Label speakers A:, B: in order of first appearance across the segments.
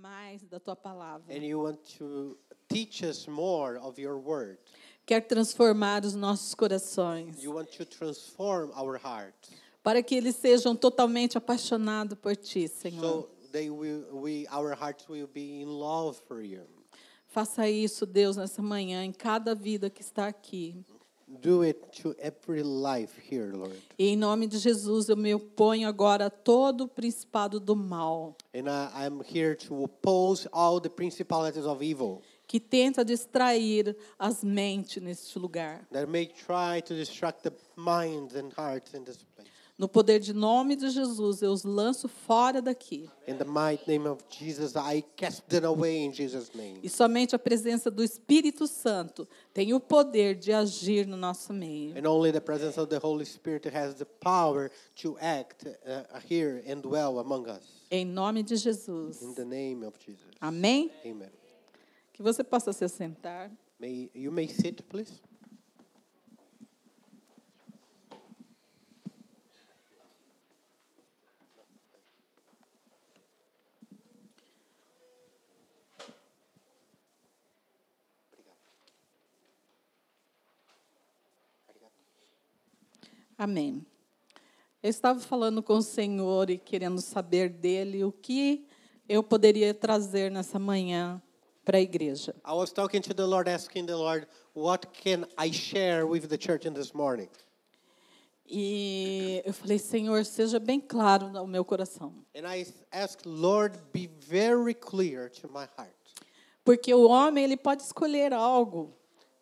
A: mais da tua palavra.
B: and you want to teach us more of your word.
A: Quer transformar os nossos corações
B: You want to transform our heart
A: para que eles sejam totalmente apaixonados por ti, Senhor.
B: so they will, we, our hearts will be in love for you.
A: Faça isso, Deus, nessa manhã, em cada vida que está aqui.
B: Do it to every life here, Lord.
A: E em nome de Jesus, eu me oponho agora a todo o principado do mal
B: And I, I'm here to oppose all the principalities of evil
A: que tenta distrair as mentes neste lugar.
B: that may try to distract the minds and hearts in this place.
A: No poder de nome de Jesus, eu os lanço fora daqui.
B: In the mighty name of Jesus, I cast them away in Jesus' name.
A: E somente a presença do Espírito Santo tem o poder de agir no nosso meio.
B: And only the presence of the Holy Spirit has the power to act uh, here and dwell among us.
A: Em nome de Jesus.
B: In the name of Jesus.
A: Amém?
B: Amen.
A: Que você possa se sentar.
B: May, you may sit, please.
A: Amém. Eu estava falando com o Senhor e querendo saber dele o que eu poderia trazer nessa manhã para a igreja.
B: I was talking to the Lord, asking the Lord, what can I share with the church in this morning?
A: E eu falei, Senhor, seja bem claro no meu coração.
B: And I asked, Lord, be very clear to my heart.
A: Porque o homem ele pode escolher algo,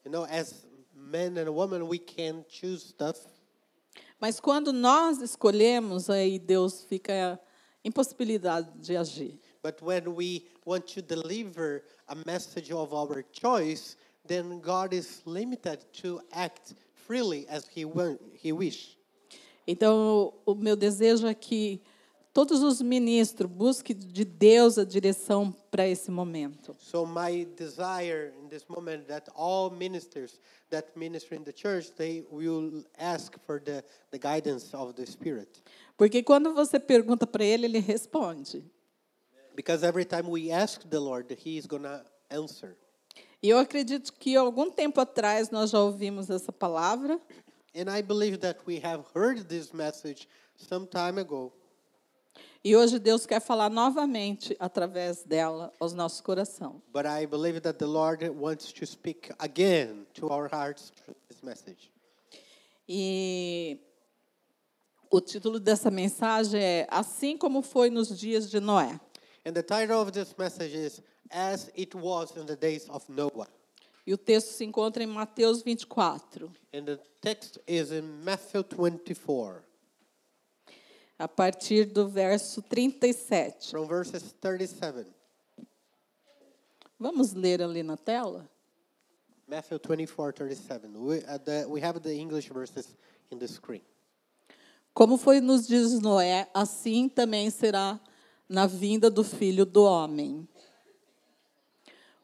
B: You know, as men and women, we can choose stuff,
A: mas quando nós escolhemos, aí Deus fica impossibilidade de agir.
B: but when we want to deliver a message of our choice, then God is limited to act freely as He will, He wish.
A: Então, o meu desejo é que todos os ministros busquem de Deus a direção para esse momento.
B: So my desire in this moment that all ministers that minister in the church they will ask for the, the guidance of the Spirit,
A: Porque quando você pergunta para ele, ele responde.
B: because every time we ask the Lord, He is gonna answer.
A: E eu acredito que algum tempo atrás nós já ouvimos essa palavra,
B: And I believe that we have heard this message some time ago.
A: e hoje Deus quer falar novamente através dela aos nossos corações.
B: But I believe that the Lord wants to speak again to our hearts through this message.
A: E o título dessa mensagem é Assim como foi nos dias de Noé.
B: And the title of this message is As It Was in the Days of Noah.
A: E o texto se encontra em Mateus 24,
B: And the text is in Matthew 24,
A: a partir do verso 37.
B: from verses 37.
A: Vamos ler ali na tela?
B: Matthew 24, 37. We, uh, the, we have the English verses in the screen.
A: Como foi nos dias de Noé, assim também será na vinda do filho do homem.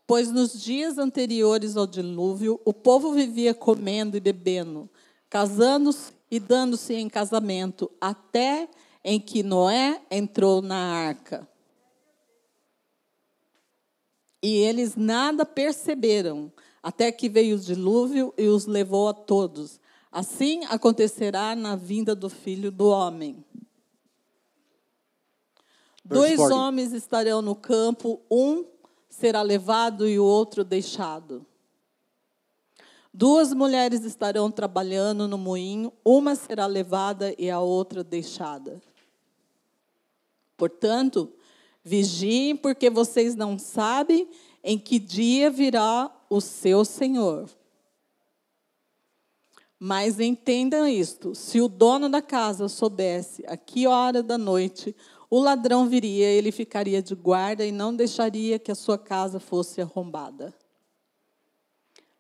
A: Pois nos dias anteriores ao dilúvio, o povo vivia comendo e bebendo, casando-se e dando-se em casamento, até em que Noé entrou na arca. E eles nada perceberam, até que veio o dilúvio e os levou a todos. Assim acontecerá na vinda do filho do homem.
B: Verse
A: Dois
B: 40.
A: homens estarão no campo, um será levado e o outro deixado. Duas mulheres estarão trabalhando no moinho, uma será levada e a outra deixada. Portanto, vigiem, porque vocês não sabem em que dia virá o seu Senhor. Mas entendam isto: se o dono da casa soubesse a que hora da noite o ladrão viria, ele ficaria de guarda e não deixaria que a sua casa fosse arrombada.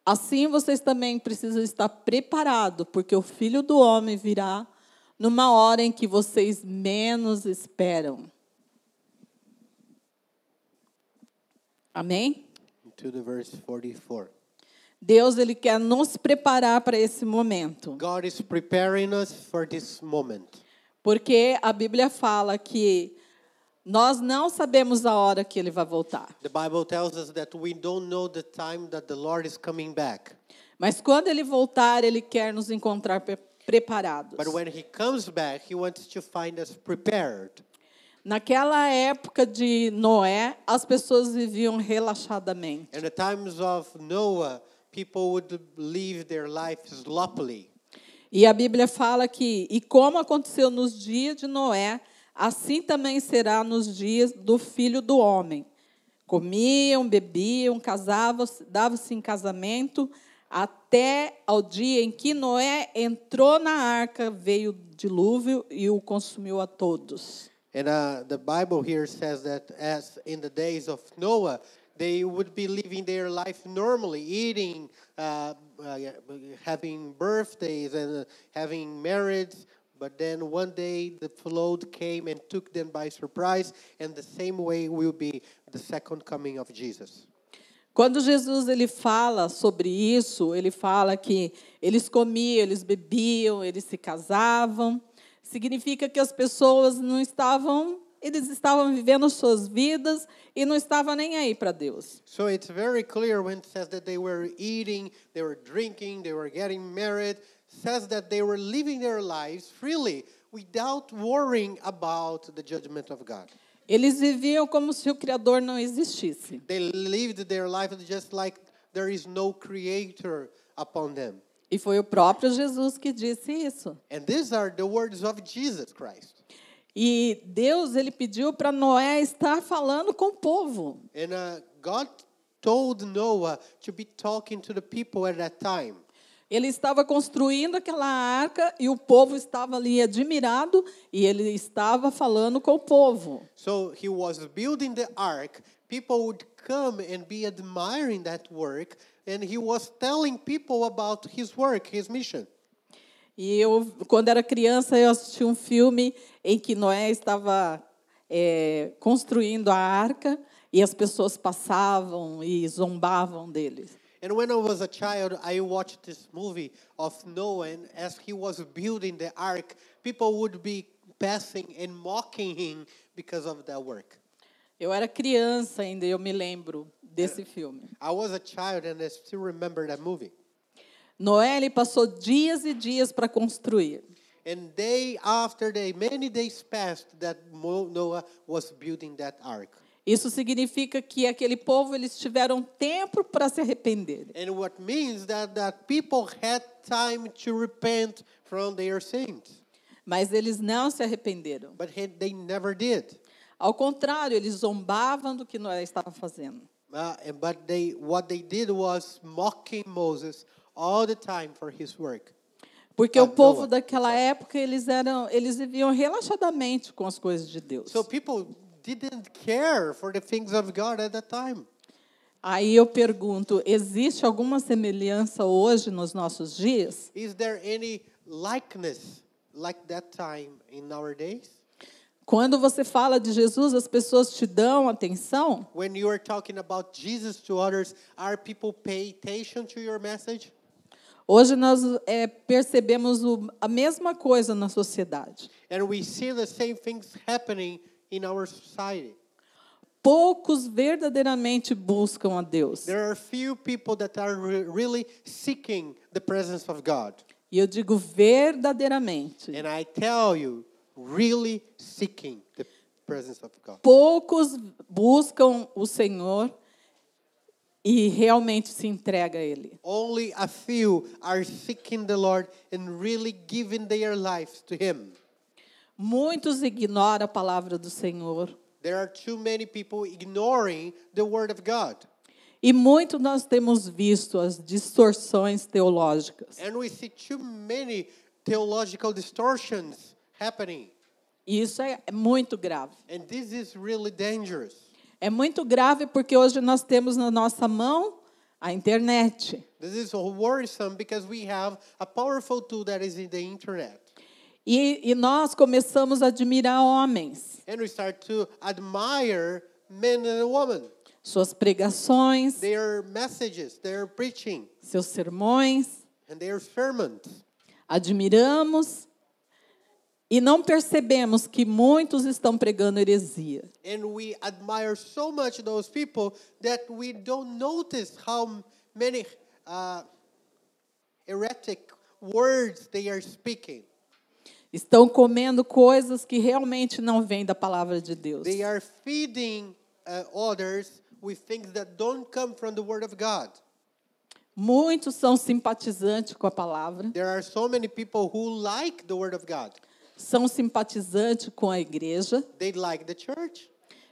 A: Assim vocês também precisam estar preparados, porque o filho do homem virá numa hora em que vocês menos esperam. Amém?
B: To the verse 44.
A: Deus ele quer nos preparar para esse momento,
B: God is preparing us for this moment.
A: porque a Bíblia fala que Nós não sabemos a hora que ele vai voltar.
B: The Bible tells us that we don't know the time that the Lord is coming back.
A: Mas quando ele voltar, ele quer nos encontrar pre- preparados.
B: But when he comes back, he wants to find us prepared.
A: Naquela época de Noé, as pessoas viviam relaxadamente.
B: In the times of Noah, people would live their life sloppily.
A: E a Bíblia fala que, e como aconteceu nos dias de Noé, assim também será nos dias do filho do homem. Comiam, bebiam, casavam, davam-se em casamento, até ao dia em que Noé entrou na arca, veio o dilúvio e o consumiu a todos.
B: And uh, the Bible here says that as in the days of Noah, they would be living their life normally, eating, uh, uh, having birthdays, and uh, having marriage. But then one day the flood came and took them by surprise, and the same way will be the second coming of Jesus.
A: Quando Jesus ele fala sobre isso, ele fala que eles comiam, eles bebiam, eles se casavam. Significa que as pessoas não estavam, eles estavam vivendo suas vidas e não estavam nem aí para Deus.
B: So it's very clear when it says that they were eating, they were drinking, they were getting married, says that they were living their lives freely without worrying about the judgment of God.
A: Eles viviam como se o Criador não existisse.
B: They lived their life just like there is no creator upon them.
A: E foi o próprio Jesus que disse isso.
B: And these are the words of Jesus Christ.
A: E Deus ele pediu para Noé estar falando com o povo.
B: And uh, God told Noah to be talking to the people at that time.
A: Ele estava construindo aquela arca e o povo estava ali admirado e ele estava falando com o povo.
B: So he was building the ark. People would come and be admiring that work. And he was telling people about his work, his mission.
A: E eu, quando era criança, eu assisti um filme em que Noé estava eh, construindo a arca e as pessoas passavam e zombavam dele.
B: And when I was a child, I watched this movie of Noah, and as he was building the ark, people would be passing and mocking him because of that work.
A: Eu era criança ainda, eu me lembro desse filme.
B: I was a child, and I still remember that movie.
A: Noé ele passou dias e dias para construir.
B: And day after day, many days passed that Mo- Noah was building that ark.
A: Isso significa que aquele povo eles tiveram tempo para se arrepender.
B: And what means that, that people had time to repent from their sins.
A: Mas eles não se arrependeram.
B: But he- they never did.
A: Ao contrário, eles zombavam do que Noé estava fazendo.
B: Uh, and- but they, what they did was mocking Moses all the time for his work.
A: Porque
B: Ah,
A: o povo
B: Noé.
A: daquela época, eles eram, eles viviam relaxadamente com as coisas de Deus.
B: So people didn't care for the things of God at that time.
A: Aí eu pergunto, existe alguma semelhança hoje nos nossos dias?
B: Is there any likeness like that time in our days?
A: Quando você fala de Jesus, as pessoas te dão atenção?
B: When you are talking about Jesus to others, are people pay attention to your message?
A: Hoje nós eh, percebemos o- a mesma coisa na sociedade.
B: And we see the same things happening in our society.
A: Poucos verdadeiramente buscam a Deus.
B: There are few people that are re- really seeking the presence of God.
A: E eu digo verdadeiramente.
B: And I tell you, really seeking the presence of God.
A: Poucos buscam o Senhor e realmente se entrega a Ele.
B: Only a few are seeking the Lord and really giving their lives to Him.
A: Muitos ignoram a palavra do Senhor.
B: There are too many people ignoring the Word of God.
A: E muito nós temos visto as distorções teológicas.
B: And we see too many theological distortions happening.
A: E isso é é muito grave.
B: And this is really dangerous.
A: É muito grave porque hoje nós temos na nossa mão a internet.
B: This is so worrisome because we have a powerful tool that is in the internet.
A: E, e nós começamos a admirar homens,
B: And we start to admire men and women,
A: suas pregações,
B: their messages, their preaching,
A: seus sermões.
B: and their sermons.
A: admiramos E não percebemos que muitos estão pregando heresia.
B: And we admire so much those people that we don't notice how many uh, erratic words they are speaking.
A: Estão comendo coisas que realmente não vêm da palavra de Deus.
B: They are feeding uh, others with things that don't come from the Word of God.
A: Muitos são simpatizantes com a palavra,
B: There are so many people who like the Word of God.
A: são simpatizantes com a igreja,
B: They like the church,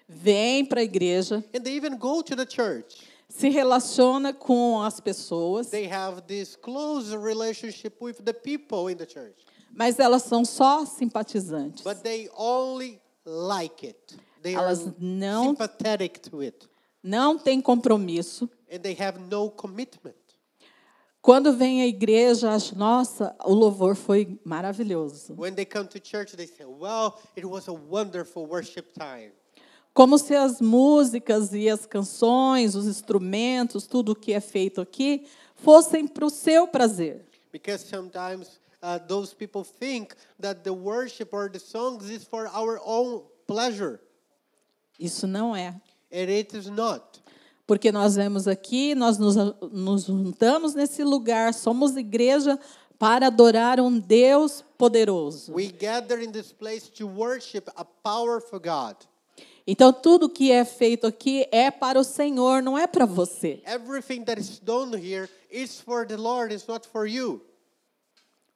A: vêm para a igreja,
B: and they even go to the church.
A: se relaciona com as pessoas,
B: They have this close relationship with the people in the church,
A: mas elas são só simpatizantes.
B: but they only like it. They are
A: Elas não-
B: sympathetic to it,
A: Não tem compromisso.
B: and they have no commitment.
A: Quando vem à igreja, acha, nossa, o louvor foi maravilhoso.
B: When they come to church, they say, "Well, it was a wonderful worship time."
A: Como se as músicas e as canções, os instrumentos, tudo o que é feito aqui, fossem para o seu prazer.
B: Because sometimes uh, those people think that the worship or the songs is for our own pleasure,
A: Isso não é.
B: and it is not.
A: Porque nós vemos aqui, nós nos, nos juntamos nesse lugar, somos igreja para adorar um Deus poderoso.
B: We gather in this place to worship a powerful God.
A: Então, tudo que é feito aqui é para o Senhor, não é para você.
B: Everything that is done here is for the Lord, it's not for you.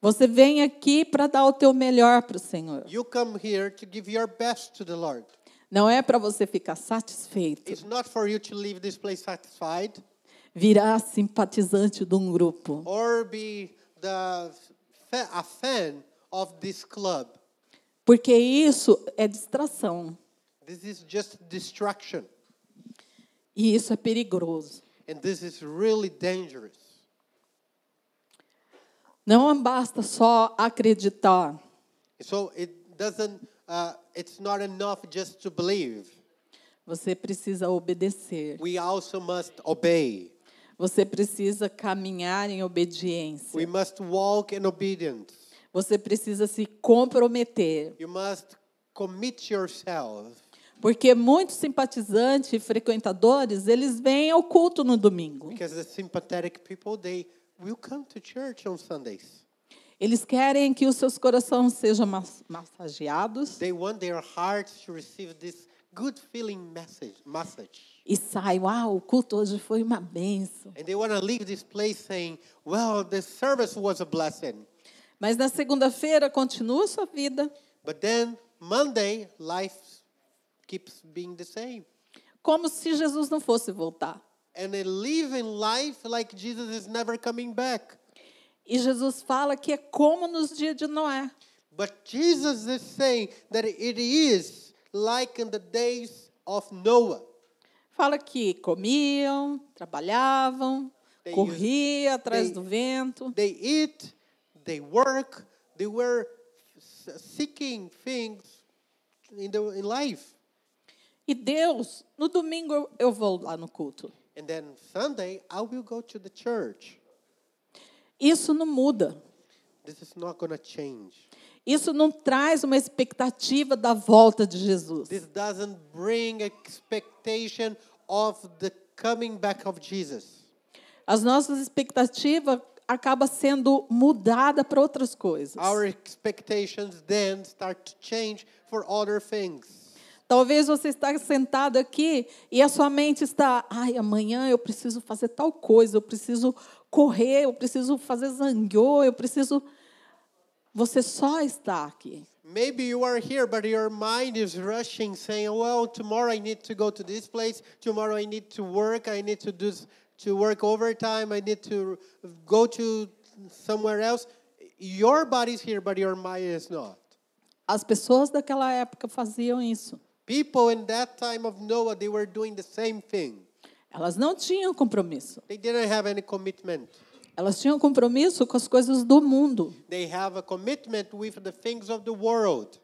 A: Você vem aqui para dar o teu melhor para o Senhor.
B: You come here to give your best to the Lord.
A: Não é para você ficar satisfeito,
B: It's not for you to leave this place satisfied
A: virar simpatizante de um grupo.
B: or be the fa- a fan of this club.
A: Porque isso é distração.
B: This is just distraction,
A: E isso é perigoso.
B: and this is really dangerous.
A: Não basta só acreditar.
B: So it doesn't. Uh, it's not enough just to believe.
A: Você precisa obedecer.
B: We also must obey.
A: Você precisa caminhar em
B: We
A: obediência.
B: must walk in obedience.
A: Você precisa se comprometer.
B: You must commit yourself.
A: Porque muitos simpatizantes e frequentadores, eles vêm ao culto no domingo.
B: Because the sympathetic people, they will come to church on Sundays.
A: Eles querem que os seus corações sejam mas- massageados
B: They want their hearts to receive this good feeling message. message.
A: e saiam. Ah, o culto hoje foi uma benção.
B: And they want to leave this place saying, well, the service was a blessing.
A: Mas na segunda-feira continua a sua vida.
B: But then Monday, life keeps being the same.
A: Como se Jesus não fosse voltar.
B: And they live in life like Jesus is never coming back.
A: E Jesus fala que é como nos dias de Noé.
B: But Jesus is saying that it is like in the days of Noah.
A: Fala que comiam, trabalhavam,
B: They
A: corria atrás
B: they-
A: do vento.
B: They eat, they work, they were s- seeking things in, the, in life.
A: E Deus, no domingo eu- eu vou lá no culto.
B: And then Sunday, I will go to the church.
A: Isso não muda.
B: This is not going to change.
A: Isso não traz uma expectativa da volta de Jesus.
B: This doesn't bring expectation of the coming back of Jesus.
A: As nossas expectativas acaba sendo mudada para outras coisas.
B: Our expectations then start to change for other things.
A: Talvez você está sentado aqui e a sua mente está, ai, amanhã eu preciso fazer tal coisa, eu preciso correr, eu preciso fazer zangueô, eu preciso Você só está aqui.
B: Maybe you are here, but your mind is rushing, saying, "Well, tomorrow I need to go to this place. Tomorrow I need to work. I need to do s- to work overtime. I need to go to somewhere else." Your body's here, but your mind is not.
A: As pessoas daquela época faziam isso.
B: People in that time of Noah, they were doing the same thing.
A: Elas não tinham compromisso.
B: They didn't have any commitment.
A: Elas tinham compromisso com as coisas do mundo.
B: They have a commitment with the things of the world,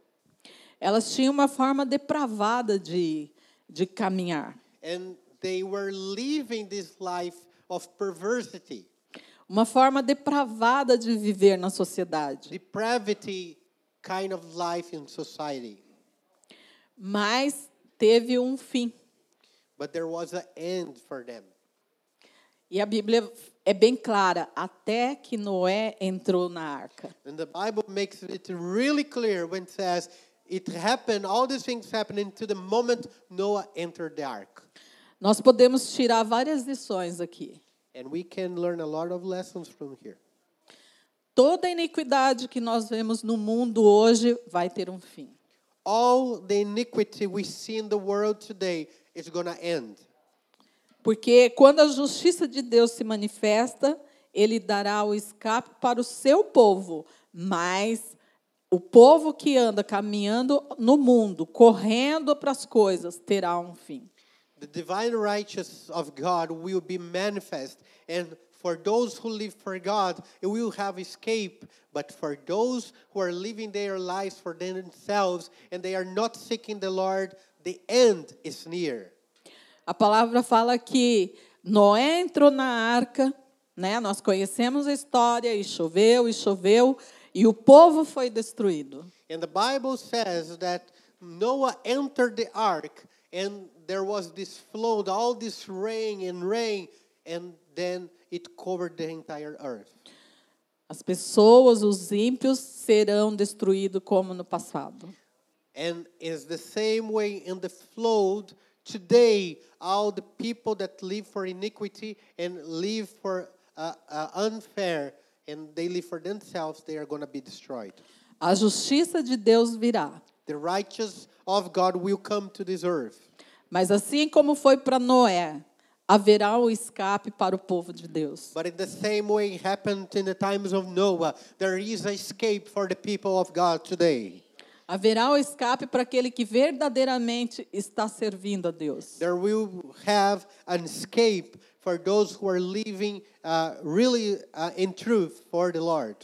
A: Elas tinham uma forma depravada de, de caminhar,
B: and they were living this life of perversity.
A: uma forma depravada de viver na sociedade.
B: depravity kind of life in society.
A: Mas teve um fim.
B: But there was an end for them.
A: E a Bíblia é bem clara, até que Noé entrou na arca.
B: And the Bible makes it really clear when it says it happened, all these things happened until the moment Noah entered the ark.
A: Nós podemos tirar várias lições aqui.
B: And we can learn a lot of lessons from here.
A: Toda iniquidade que nós vemos no mundo hoje vai ter um fim.
B: All the iniquity we see in the world today is going to end.
A: Porque quando a justiça de Deus se manifesta, ele dará o escape para o seu povo, mas o povo que anda caminhando no mundo, correndo para as coisas, terá um fim.
B: The divine righteousness of God will be manifest. And for those who live for God, it will have escape. But for those who are living their lives for themselves and they are not seeking the Lord, the end is near.
A: A palavra fala que Noé entrou na arca, né? Nós conhecemos a história e choveu e choveu e o povo foi destruído.
B: And the Bible says that Noah entered the ark, and there was this flood, all this rain and rain, and then it covered the entire earth.
A: As pessoas, os ímpios serão destruídos como no passado.
B: And it's the same way in the flood today. All the people that live for iniquity and live for uh, uh, unfair, and they live for themselves, they are going to be destroyed.
A: A justiça de Deus virá.
B: The righteous of God will come to this earth.
A: Mas assim como foi para Noé, haverá o escape para o povo de Deus.
B: But in the same way it happened in the times of Noah, there is an escape for the people of God today.
A: Haverá o escape para aquele que verdadeiramente está servindo a Deus.
B: There will have an escape for those who are living uh, really uh, in truth for the Lord.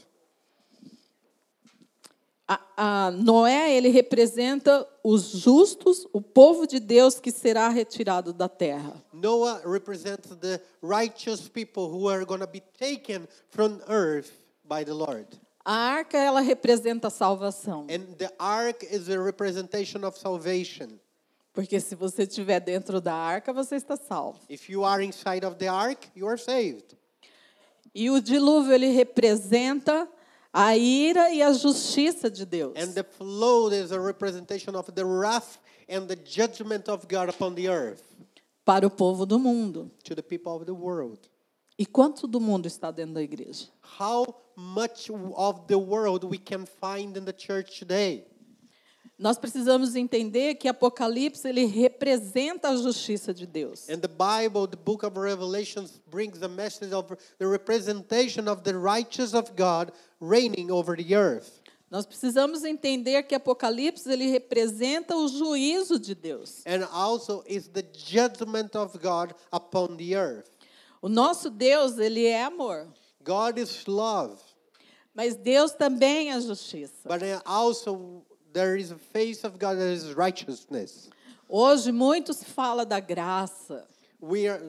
A: A, a Noé, ele representa os justos, o povo de Deus que será retirado da terra.
B: Noah represents the righteous people who are going to be taken from earth by the Lord.
A: A arca, ela representa a salvação.
B: And the ark is a representation of salvation.
A: Porque se você estiver dentro da arca, você está salvo.
B: If you are inside of the ark, you are saved.
A: E o dilúvio, ele representa a ira e a justiça de Deus.
B: And the flood is a representation of the wrath and the judgment of God upon the earth
A: para o povo do mundo.
B: to the people of the world.
A: E quanto do mundo está dentro da igreja?
B: How much of the world we can find in the church today?
A: Nós precisamos entender que Apocalipse ele representa a justiça de Deus.
B: And the Bible, the book of Revelations, brings the message of the representation of the righteous of God reigning over the earth.
A: Nós precisamos entender que Apocalipse ele representa o juízo de Deus.
B: And also is the judgment of God upon the earth.
A: O nosso Deus ele é amor,
B: God is love,
A: mas Deus também é justiça.
B: but then also there is a face of God that is righteousness.
A: Hoje muito se fala da graça,
B: We are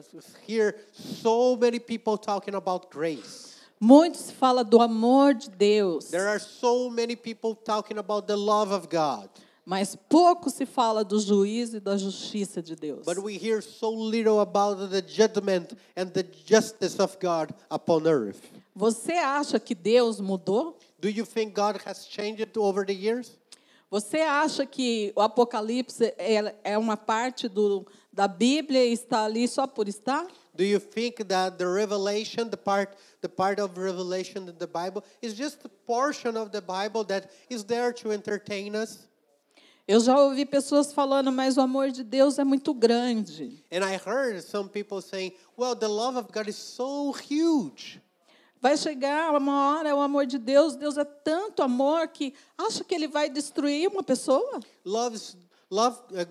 B: hear so many people talking about grace.
A: muito se fala do amor de Deus,
B: There are so many people talking about the love of God,
A: mas pouco se fala do juízo e da justiça de Deus.
B: but we hear so little about the judgment and the justice of God upon earth.
A: Você acha que Deus mudou?
B: Do you think God has changed over the years?
A: Você acha que o Apocalipse é é uma parte do, da Bíblia e está ali só por estar?
B: Do you think that the revelation, the part, the part of revelation in the Bible, is just a portion of the Bible that is there to entertain us?
A: Eu já ouvi pessoas falando, mas o amor de Deus é muito grande.
B: And I heard some people saying, "Well, the love of God is so huge."
A: Vai chegar uma hora, o amor de Deus, Deus é tanto amor que acha que ele vai destruir uma pessoa?
B: loves love uh,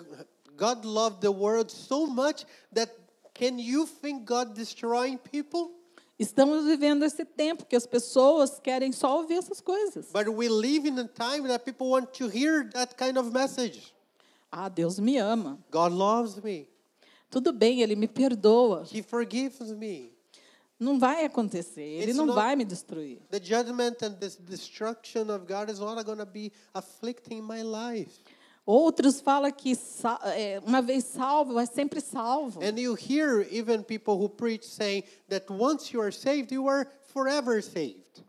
B: God loved the world so much that can you think God destroying people?
A: Estamos vivendo esse tempo que as pessoas querem só ouvir essas coisas.
B: But we live in a time that people want to hear that kind of message.
A: Ah, Deus me ama.
B: God loves me.
A: Tudo bem, ele me perdoa.
B: He forgives me.
A: Não vai acontecer. Ele
B: It's
A: não
B: not-
A: vai me destruir.
B: The judgment and this destruction of God is not going to be afflicting my life.
A: Outros falam que sa- é, uma vez salvo, é sempre salvo.
B: And you hear even people who preach saying that once you are saved, you are forever saved.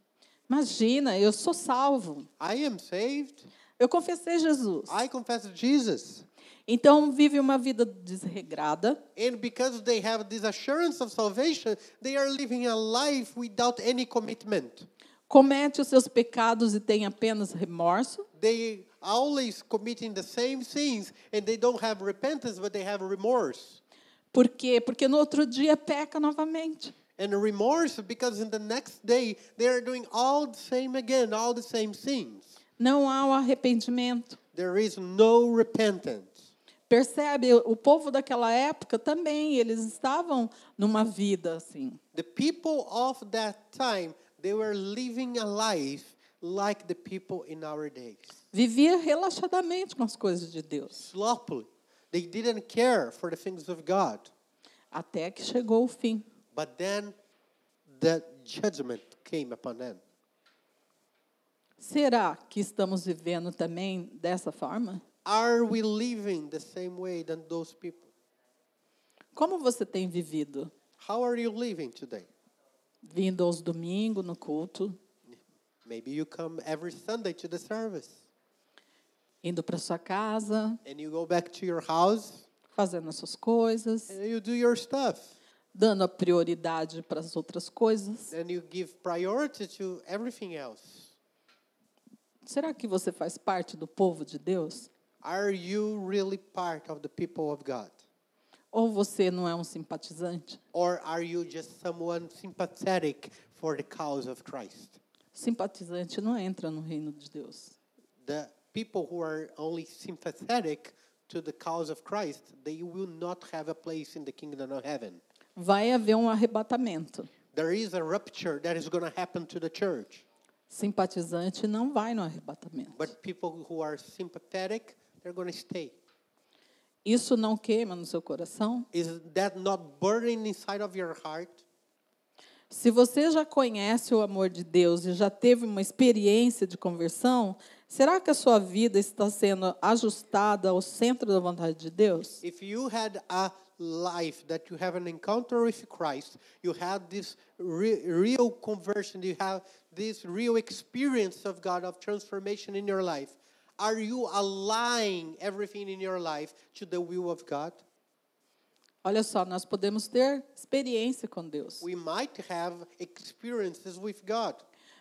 A: Imagina, eu sou salvo.
B: I am saved.
A: Eu confessei Jesus.
B: I confess Jesus.
A: Então vive uma vida desregrada,
B: And because they have this assurance of salvation, they are living a life without any commitment.
A: comete os seus pecados e tem apenas remorso.
B: They are always committing the same sins and they don't have repentance, but they have remorse.
A: Por quê? Porque no outro dia peca novamente.
B: And remorse because in the next day they are doing all the same again, all the same sins.
A: Não há o arrependimento.
B: There is no repentance.
A: Percebe? O povo daquela época também, eles estavam numa vida assim.
B: The people of that time, they were living a life like the people in our days,
A: Vivia relaxadamente com as coisas de Deus.
B: sloppily. They didn't care for the things of God.
A: Até que chegou o fim.
B: But then the judgment came upon them.
A: Será que estamos vivendo também dessa forma?
B: Are we living the same way than those people?
A: Como você tem vivido?
B: How are you living today?
A: Vindo aos domingos no culto,
B: Maybe you come every Sunday to the service
A: indo para sua casa,
B: and you go back to your house
A: fazendo as suas coisas,
B: and you do your stuff
A: dando a prioridade para as outras coisas.
B: and you give priority to everything else.
A: Será que você faz parte do povo de Deus?
B: Are you really part of the people of God?
A: Ou você não é um simpatizante?
B: Or are you just someone sympathetic for the cause of Christ?
A: Simpatizante não entra no reino de Deus.
B: The people who are only sympathetic to the cause of Christ, they will not have a place in the kingdom of heaven.
A: Vai haver um arrebatamento.
B: There is a rupture that is going to happen to the church.
A: Simpatizante não vai no arrebatamento.
B: But people who are sympathetic, they're going to stay.
A: Isso não queima no seu coração?
B: Is that not burning inside of your heart?
A: Se você já conhece o amor de Deus e já teve uma experiência de conversão, será que a sua vida está sendo ajustada ao centro da vontade de Deus?
B: If you had a life that you have an encounter with Christ, you had this re- real conversion, you have this real experience of God, of transformation in your life, are you aligning everything in your life to the will of God?
A: Olha só, nós podemos ter experiência com Deus,
B: We might have experiences with God,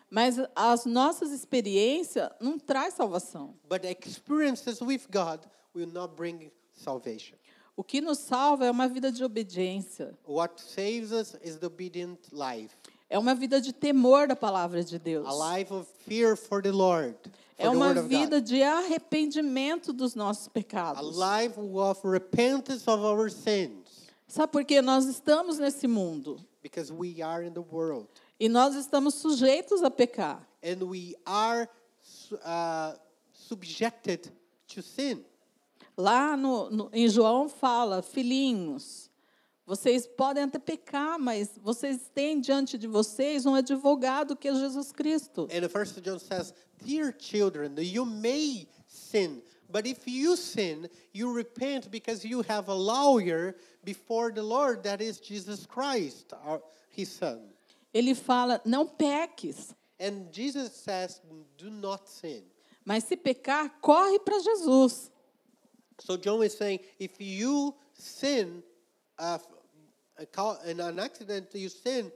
A: mas as nossas experiências não traz salvação.
B: but experiences with God will not bring salvation.
A: O que nos salva é uma vida de obediência,
B: What saves us is the obedient life,
A: é uma vida de temor da palavra de Deus.
B: a life of fear for the Lord. For
A: É
B: the
A: uma
B: word of God.
A: vida de arrependimento dos nossos
B: a
A: pecados.
B: life of repentance of our sins
A: Sabe por quê? Nós estamos nesse mundo
B: because we are in the world
A: e nós estamos sujeitos a pecar.
B: and we are su- uh, subjected to sin.
A: Lá no, no- em João fala, filhinhos, vocês podem até pecar, mas vocês têm diante de vocês um advogado que é Jesus Cristo.
B: And the first John says, "Dear children, you may sin, but if you sin, you repent because you have a lawyer before the Lord that is Jesus Christ, our, his son."
A: Ele fala, não peques,
B: And Jesus says, "Do not sin."
A: mas se pecar, corre para Jesus.
B: So John is saying, if you sin, uh, f- a cow- in an accident, you sin,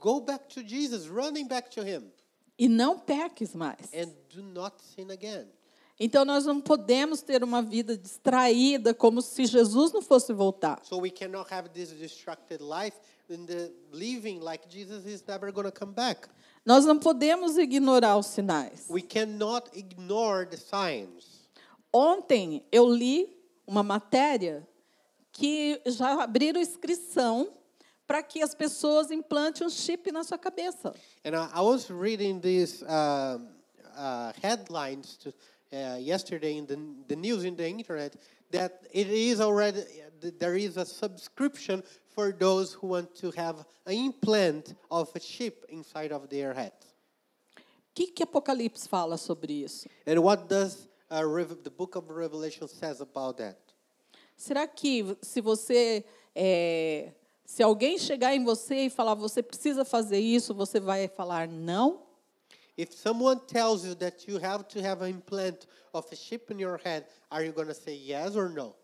B: go back to Jesus, running back to Him,
A: E não peques mais.
B: and do not sin again.
A: Então nós não podemos ter uma vida distraída, como se Jesus não fosse voltar.
B: So we cannot have this distracted life in the living like Jesus is never going to come back.
A: Nós não podemos ignorar os sinais.
B: We cannot ignore the signs.
A: Ontem eu li uma matéria que já abriram inscrição para que as pessoas implantem um chip na sua cabeça.
B: And I, I was reading these um, uh, headlines to, uh, yesterday in the, the news in the internet that it is already th- there is a subscription for those who want to have an implant of a chip inside of their head.
A: O que, que Apocalipse fala sobre isso?
B: And what does uh, Rev- the book of Revelation says about that?
A: Será que se você. é, se alguém chegar em você e falar, você precisa fazer isso, você vai falar não?
B: If someone tells you that you have to have an implant of a chip in your head, are you going to say yes or no?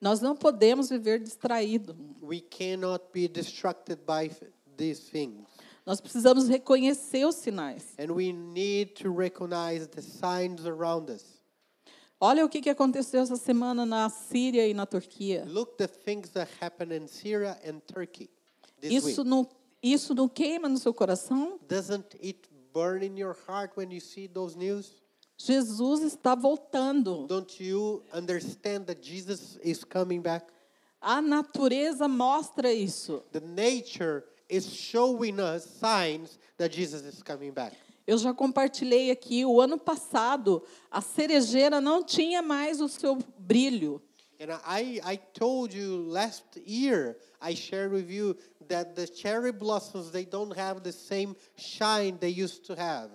A: Nós não podemos viver distraído.
B: We cannot be distracted by f- these things.
A: Nós precisamos reconhecer os sinais.
B: And we need to recognize the signs around us.
A: Olha o que, que aconteceu essa semana na Síria e na Turquia.
B: Look the things that happen in Syria and Turkey this
A: Isso
B: week.
A: não, isso não queima no seu coração?
B: Doesn't it burn in your heart when you see those news?
A: Jesus está voltando.
B: Don't you understand that Jesus is coming back?
A: A natureza mostra isso.
B: The nature is showing us signs that Jesus is coming back.
A: Eu já compartilhei aqui, o ano passado, a cerejeira não tinha mais o seu brilho.
B: And I, I told you last year, I shared with you that the cherry blossoms, they don't have the same shine they used to have.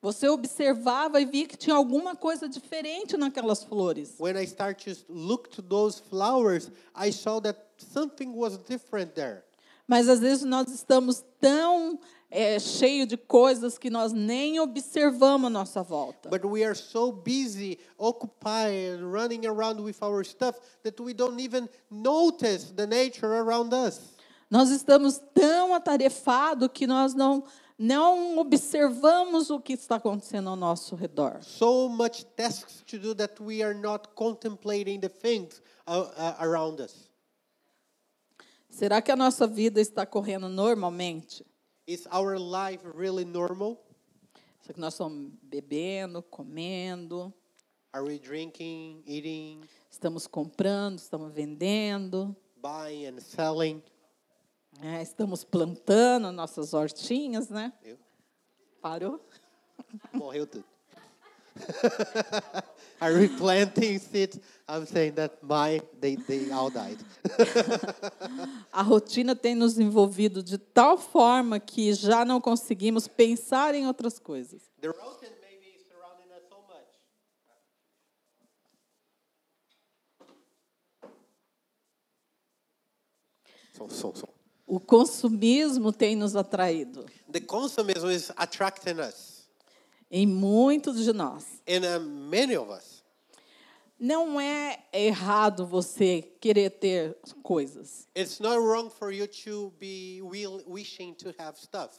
A: Você observava e via que tinha alguma coisa diferente naquelas flores.
B: When I start to look to those flowers, I saw that something was different there.
A: Mas às vezes nós estamos tão é, cheio de coisas que nós nem observamos à nossa volta.
B: But we are so busy, occupied, running around with our stuff that we don't even notice the nature around us.
A: Nós estamos tão atarefados que nós não, não observamos o que está acontecendo ao nosso redor.
B: So much tasks to do that we are not contemplating the things uh, uh, around us.
A: Será que a nossa vida está correndo normalmente?
B: Is our life really normal?
A: Só que nós estamos bebendo, comendo,
B: Are we drinking, eating,
A: estamos comprando, estamos vendendo,
B: buying, and selling?
A: né? estamos plantando nossas hortinhas, né?
B: Eu-
A: Parou?
B: Morreu tudo. Are we planting seeds? I'm saying that my they, they all died.
A: A rotina tem nos envolvido de tal forma que já não conseguimos pensar em outras coisas.
B: The rotten maybe is surrounding us so much. So, so, so.
A: O consumismo tem nos atraído
B: The consumism is attracting us,
A: em muitos de nós.
B: and uh, many of us.
A: Não é errado você querer ter coisas.
B: It's not wrong for you to be will, wishing to have stuff.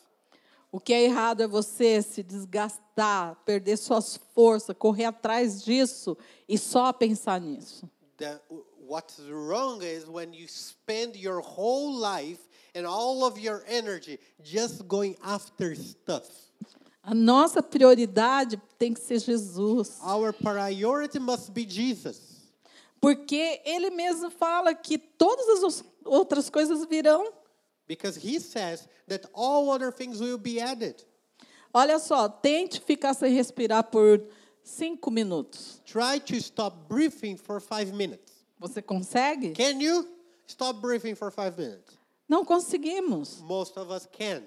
A: O que é errado é você se desgastar, perder suas forças, correr atrás disso e só pensar nisso.
B: The, what's wrong is when you spend your whole life and all of your energy just going after stuff.
A: A nossa prioridade tem que ser Jesus.
B: Our priority must be Jesus.
A: Porque ele mesmo fala que todas as os- outras coisas virão.
B: Because he says that all other things will be added.
A: Olha só, tente ficar sem respirar por cinco minutos.
B: Try to stop breathing for five minutes.
A: Você consegue?
B: Can you stop breathing for five minutes?
A: Não conseguimos.
B: Most of us can't.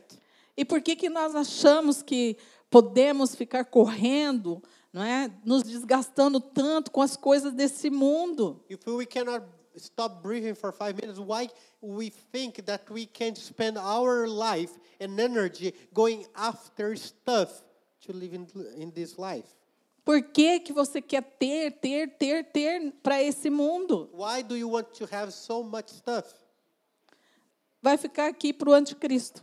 A: E por que, que nós achamos que podemos ficar correndo, não é? nos desgastando tanto com as coisas desse mundo?
B: If we cannot stop breathing for five minutes, why we think that we can spend our life and energy going after stuff to live in, in this life?
A: Por que, que você quer ter, ter, ter, ter para esse mundo?
B: Why do you want to have so much stuff?
A: Vai ficar aqui para o anticristo.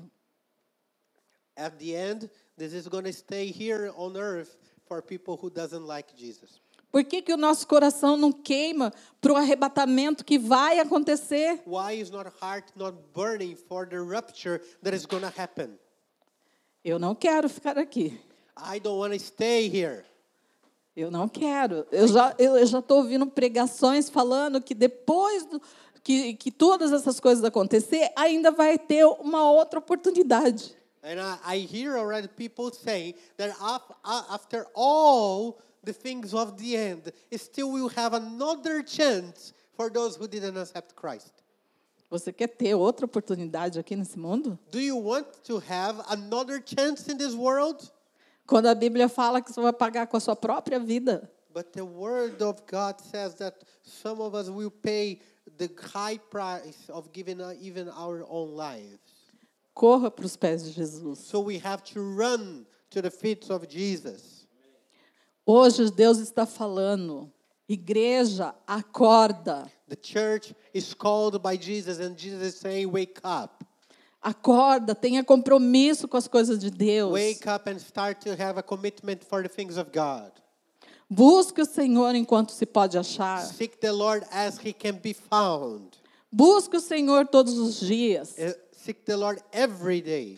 B: At the end, this is going to stay here on earth for people who doesn't like Jesus.
A: Por que, que o nosso coração não queima para o arrebatamento que vai acontecer?
B: Why is not heart not burning for the rupture that is going to happen?
A: Eu não quero ficar aqui.
B: I don't want to stay here.
A: Eu não quero. Eu já eu, eu já estou ouvindo pregações falando que depois do, que, que todas essas coisas acontecer, ainda vai ter uma outra oportunidade.
B: And I, I hear already people saying that af- a- after all the things of the end, still we'll have another chance for those who didn't accept Christ.
A: Você quer ter outra oportunidade aqui nesse mundo?
B: Do you want to have another chance in this world?
A: Quando a Bíblia fala que você vai pagar com a sua própria vida.
B: But the word of God says that some of us will pay the high price of giving uh, even our own lives.
A: Corra para os pés de Jesus.
B: So we have to run to the feet of Jesus.
A: Hoje Deus está falando. Igreja, acorda.
B: The church is called by Jesus, and Jesus is saying, Wake up.
A: Acorda, tenha compromisso com as coisas de Deus.
B: Wake up and start to have a commitment for the things of God.
A: Busque o Senhor enquanto se pode achar.
B: Seek the Lord as he can be found.
A: Busque o Senhor todos os dias.
B: Uh, Seek the Lord every day.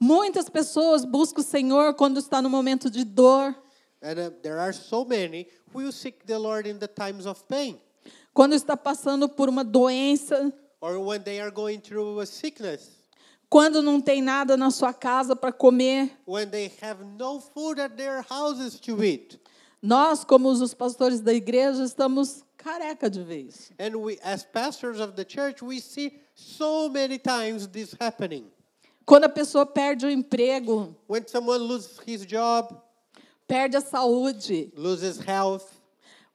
A: Muitas pessoas buscam o Senhor quando está no momento de dor,
B: And uh, there are so many who will seek the Lord in the times of pain
A: quando está passando por uma doença,
B: or when they are going through a sickness,
A: quando não tem nada na sua casa para comer.
B: when they have no food at their houses to eat.
A: Nós, como os pastores da igreja, estamos careca de vez.
B: And we, as pastors of the church, we see so many times this happening.
A: Quando a pessoa perde o emprego,
B: When someone loses his job,
A: perde a saúde,
B: loses health,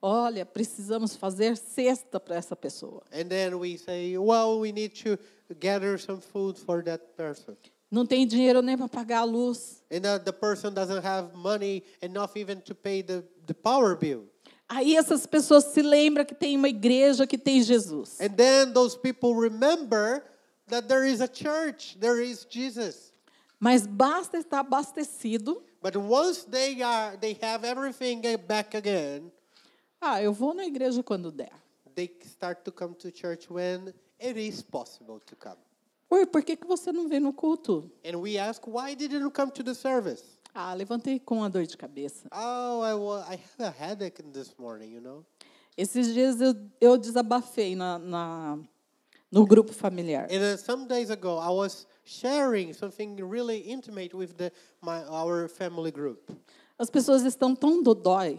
A: olha, precisamos fazer cesta para essa pessoa.
B: and then we say, well, we need to gather some food for that person.
A: Não tem dinheiro nem para pagar a luz.
B: And that the person doesn't have money enough even to pay the, the power bill.
A: Aí essas pessoas se lembram que tem uma igreja que tem Jesus.
B: And then those people remember that there is a church, there is Jesus.
A: Mas basta estar abastecido.
B: But once they are they have everything back again,
A: Ah, eu vou na igreja quando der.
B: they start to come to church when it is possible to come.
A: Oi, por que, que você não vem no culto?
B: And we ask, why didn't you come to the service?
A: Ah, levantei com uma dor de cabeça.
B: Oh, I, wa- I had a headache this morning, you know.
A: Esses dias eu, eu desabafei na, na- no grupo familiar.
B: And uh, some days ago, I was sharing something really intimate with the, my, our family group.
A: As pessoas estão tão dodói.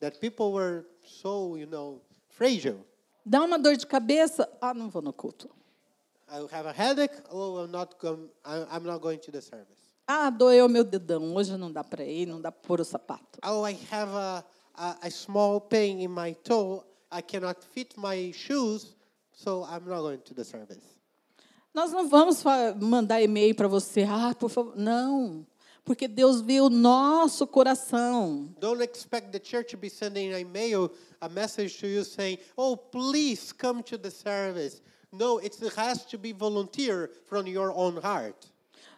B: That people were so, you know, fragile.
A: Dá uma dor de cabeça, ah, não vou no culto.
B: I have a headache. Oh, I'm not, com- I, I'm not going to the service.
A: Ah, doeu meu dedão, hoje não dá para ir, não dá para pôr o sapato.
B: Oh, I have a, a, a small pain in my toe. I cannot fit my shoes, so I'm not going to the service.
A: Nós não vamos fa- mandar e-mail para você, ah, por favor, não. Porque Deus viu o nosso coração.
B: Don't expect the church to be sending a mail, a message to you saying, "Oh, please come to the service." No, it has to be volunteer from your own heart.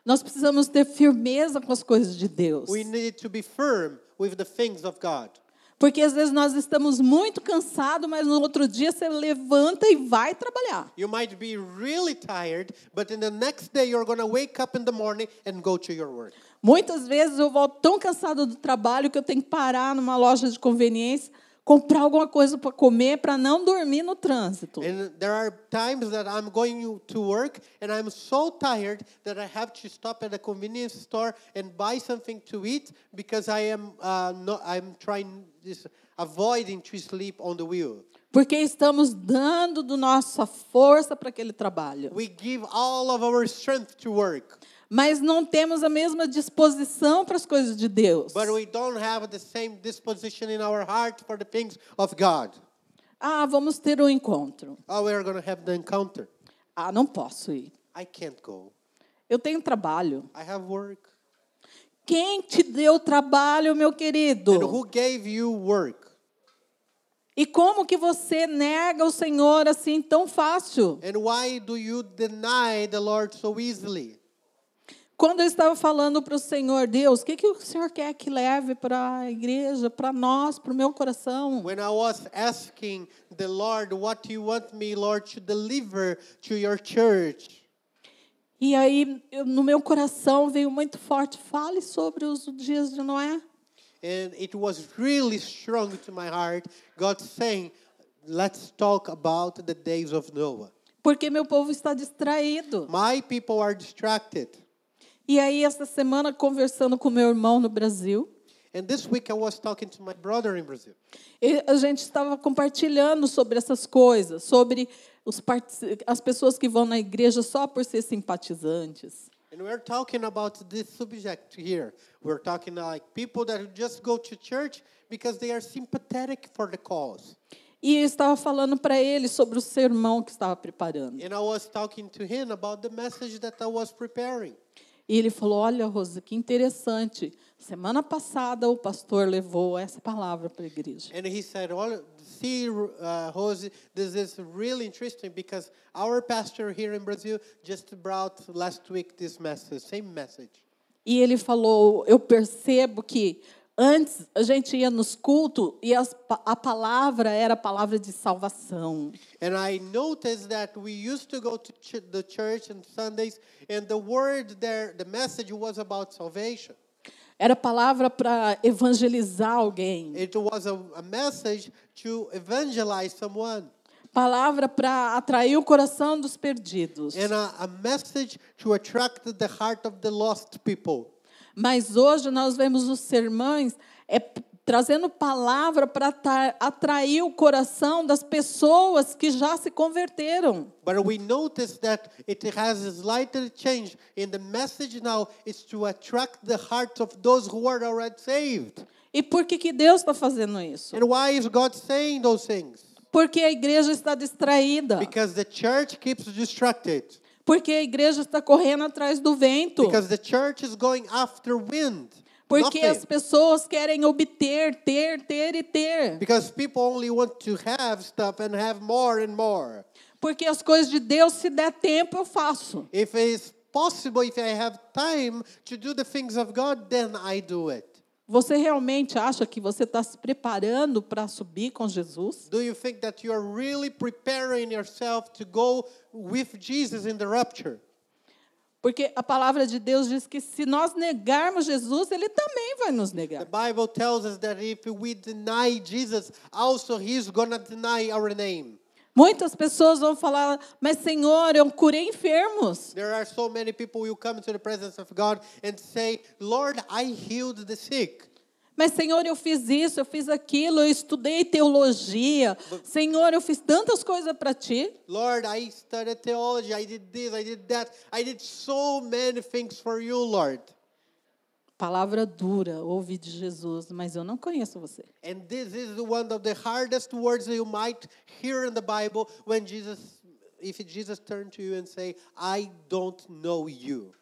A: Nós precisamos ter firmeza com as coisas de Deus.
B: We need to be firm with the things of God.
A: Porque às vezes nós estamos muito cansados, mas no outro dia você levanta e vai trabalhar.
B: You might be really tired, but in the next day you're going to wake up in the morning and go to your work.
A: Muitas vezes eu volto tão cansada do trabalho que eu tenho que parar numa loja de conveniência, comprar alguma coisa para comer, para não dormir no trânsito.
B: And there are times that I'm going to work and I'm so tired that I have to stop at a convenience store and buy something to eat because I am uh, no, I'm trying this avoiding to sleep on the wheel.
A: Porque estamos dando do nossa força para aquele trabalho.
B: We give all of our strength to work,
A: Mas não temos a mesma disposição para as coisas de Deus.
B: but we don't have the same disposition in our heart for the things of God.
A: Ah, vamos ter um encontro.
B: Oh, we are going to have the encounter.
A: Ah, não posso ir.
B: I can't go.
A: Eu tenho trabalho.
B: I have work.
A: Quem te deu trabalho, meu
B: And
A: querido?
B: who gave you work?
A: E como que você nega o Senhor assim tão fácil?
B: And why do you deny the Lord so easily?
A: Quando eu estava falando para o Senhor, Deus, o que, que o Senhor quer que leve para a igreja, para nós, para o meu coração?
B: When I was asking the Lord, what do you want me, Lord, to deliver to your church?
A: E aí, eu- no meu coração veio muito forte, fale sobre os dias de Noé.
B: And it was really strong to my heart. God saying, let's talk about the days of Noah.
A: Porque meu povo está distraído.
B: My people are distracted.
A: E aí, essa semana, conversando com meu irmão no Brasil,
B: And this week I was talking to my brother in Brazil.
A: E a gente estava compartilhando sobre essas coisas, sobre os partici- as pessoas que vão na igreja só por ser simpatizantes.
B: And we're talking about this subject here. We're talking like people that just go to church because they are sympathetic for the cause.
A: E eu estava falando para ele sobre o sermão que estava preparando.
B: And I was talking to him about the message that I was preparing.
A: E ele falou: Olha, Rosa, que interessante. Semana passada o pastor levou essa palavra para a igreja.
B: And he said, "Well, see, uh, Rose, this is really interesting because our pastor here in Brazil just brought last week this message, same message."
A: E ele falou: Eu percebo que antes a gente ia nos cultos e as pa- a palavra era a palavra de salvação.
B: And I noticed that we used to go to ch- the church on Sundays, and the word there, the message was about salvation.
A: Era a palavra para evangelizar alguém,
B: It was a, a message to evangelize someone,
A: palavra para atrair o coração dos perdidos.
B: and a, a message to attract the heart of the lost people.
A: Mas hoje nós vemos os sermões é, p- trazendo palavra para ata- atrair o coração das pessoas que já se converteram.
B: But we notice that it has a slight change. And the message now is to attract the hearts of those who are already saved.
A: E por que, que Deus está fazendo isso?
B: And why is God saying those things?
A: Porque a igreja está distraída.
B: Because the church keeps distracted.
A: Porque a igreja está correndo atrás do vento.
B: Because the church is going after wind.
A: Porque as
B: nothing.
A: pessoas querem obter, ter, ter e ter.
B: Because people only want to have stuff and have more and more.
A: Porque as coisas de Deus, se der tempo, eu faço.
B: If it's possible, if I have time to do the things of God, then I do it.
A: Você realmente acha que você está se preparando para subir com Jesus?
B: Do you think that you are really preparing yourself to go with Jesus in the rapture?
A: Porque a palavra de Deus diz que se nós negarmos Jesus, ele também vai nos
B: The
A: negar.
B: Bible tells us that if we deny Jesus, also he's going to deny our name.
A: Muitas pessoas vão falar, mas Senhor, eu curei enfermos.
B: There are so many people who come to the presence of God and say, Lord, I healed the sick.
A: Mas Senhor, eu fiz isso, eu fiz aquilo, eu estudei teologia. Senhor, eu fiz tantas coisas para ti.
B: Lord, I studied theology. I did this, I did that. I did so many things for you, Lord.
A: Palavra dura, ouvi de Jesus, mas eu não conheço você.
B: And this is one of the hardest words you might hear in the Bible when Jesus, if Jesus turned to you and say, "I don't know you."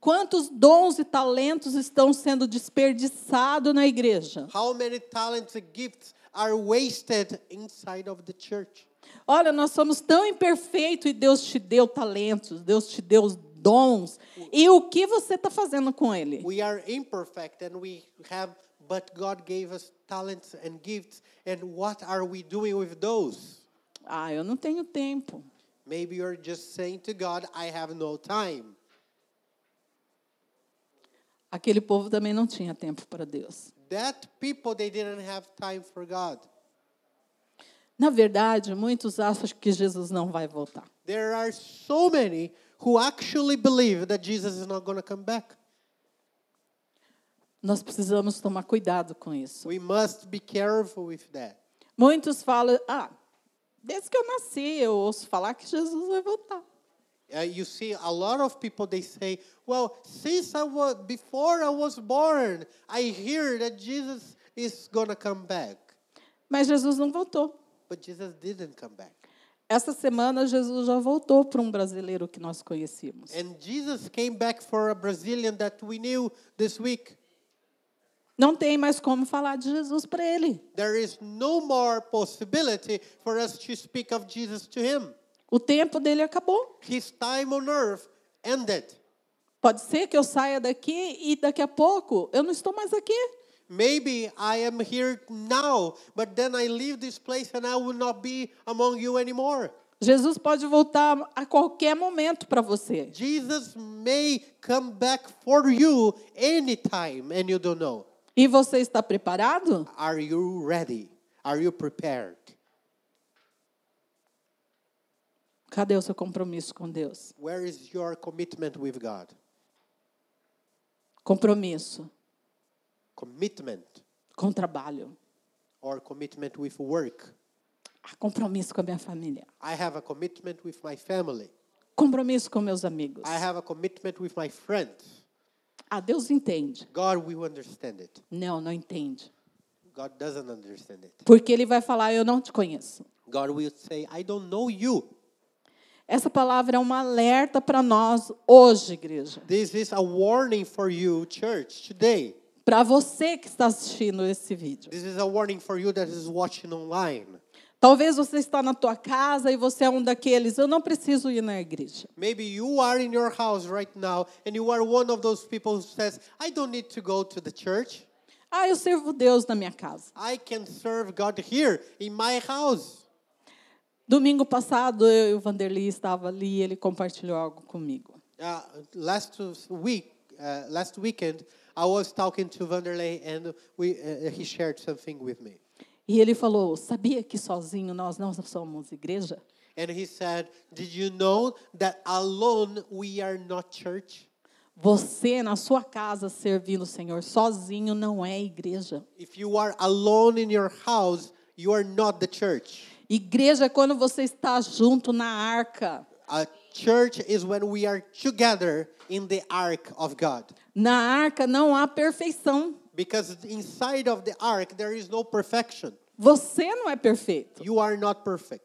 A: Quantos dons e talentos estão sendo desperdiçados na igreja?
B: How many talents and gifts are wasted inside of the church?
A: Olha, nós somos tão imperfeitos e Deus te deu talentos, Deus te deu os dons. E o que você está fazendo com ele?
B: We are imperfect, and we have, but God gave us talents and gifts. And what are we doing with those?
A: Ah, eu não tenho tempo.
B: Maybe you're just saying to God, "I have no time."
A: Aquele povo também não tinha tempo para Deus.
B: That people they didn't have time for God.
A: Na verdade, muitos acham que Jesus não vai voltar.
B: There are so many who actually believe that Jesus is not going to come back.
A: Nós precisamos tomar cuidado com isso.
B: We must be careful with that.
A: Muitos falam, ah, desde que eu nasci eu ouço falar que Jesus vai voltar.
B: Uh, you see, a lot of people they say, "Well, since I was before I was born, I hear that Jesus is going to come back."
A: Mas Jesus não voltou.
B: But Jesus didn't come back.
A: Essa semana Jesus já voltou para um brasileiro que nós conhecíamos.
B: And Jesus came back for a Brazilian that we knew this week.
A: Não tem mais como falar de Jesus para ele.
B: There is no more possibility for us to speak of Jesus to him.
A: O tempo dele acabou.
B: His time on earth ended.
A: Pode ser que eu saia daqui e daqui a pouco eu não estou mais aqui.
B: Maybe I am here now, but then I leave this place and I will not be among you anymore.
A: Jesus pode voltar a qualquer momento para você.
B: Jesus may come back for you anytime and you don't know.
A: E você está preparado?
B: Are you ready? Are you prepared?
A: Cadê o seu compromisso com Deus?
B: Where is your commitment with God?
A: Compromisso
B: commitment
A: com trabalho.
B: or commitment with work.
A: Há compromisso com a minha família.
B: I have a commitment with my family.
A: Compromisso com meus amigos.
B: I have a commitment with my friends.
A: Ah, Deus entende.
B: God will understand it.
A: Não, não entende.
B: God doesn't understand it.
A: Porque ele vai falar, eu não te conheço.
B: God will say, I don't know you.
A: Essa palavra é um alerta para nós hoje, igreja.
B: This is a warning for you, church, today.
A: Para você que está assistindo esse vídeo.
B: This is a warning for you that is watching online.
A: Talvez você está na tua casa e você é um daqueles, eu não preciso ir na igreja.
B: Maybe you are in your house right now and you are one of those people who says, I don't need to go to the church.
A: Ah, eu sirvo Deus na minha casa.
B: I can serve God here in my house.
A: Domingo passado, eu e o Vanderlei estava ali e ele compartilhou algo comigo.
B: Uh, last week, uh, last weekend, I was talking to Vanderlei and we, uh, he shared something with me.
A: E ele falou: Sabia que sozinho nós não somos igreja?
B: And he said, Did you know that alone we are not church?
A: Você na sua casa servindo o Senhor sozinho não é igreja.
B: If you are alone in your house, you are not the church.
A: Igreja é quando você está junto na arca.
B: A church is when we are together in the ark of God.
A: Na arca não há perfeição.
B: Because inside of the ark, there is no perfection.
A: Você não é perfeito,
B: You are not perfect.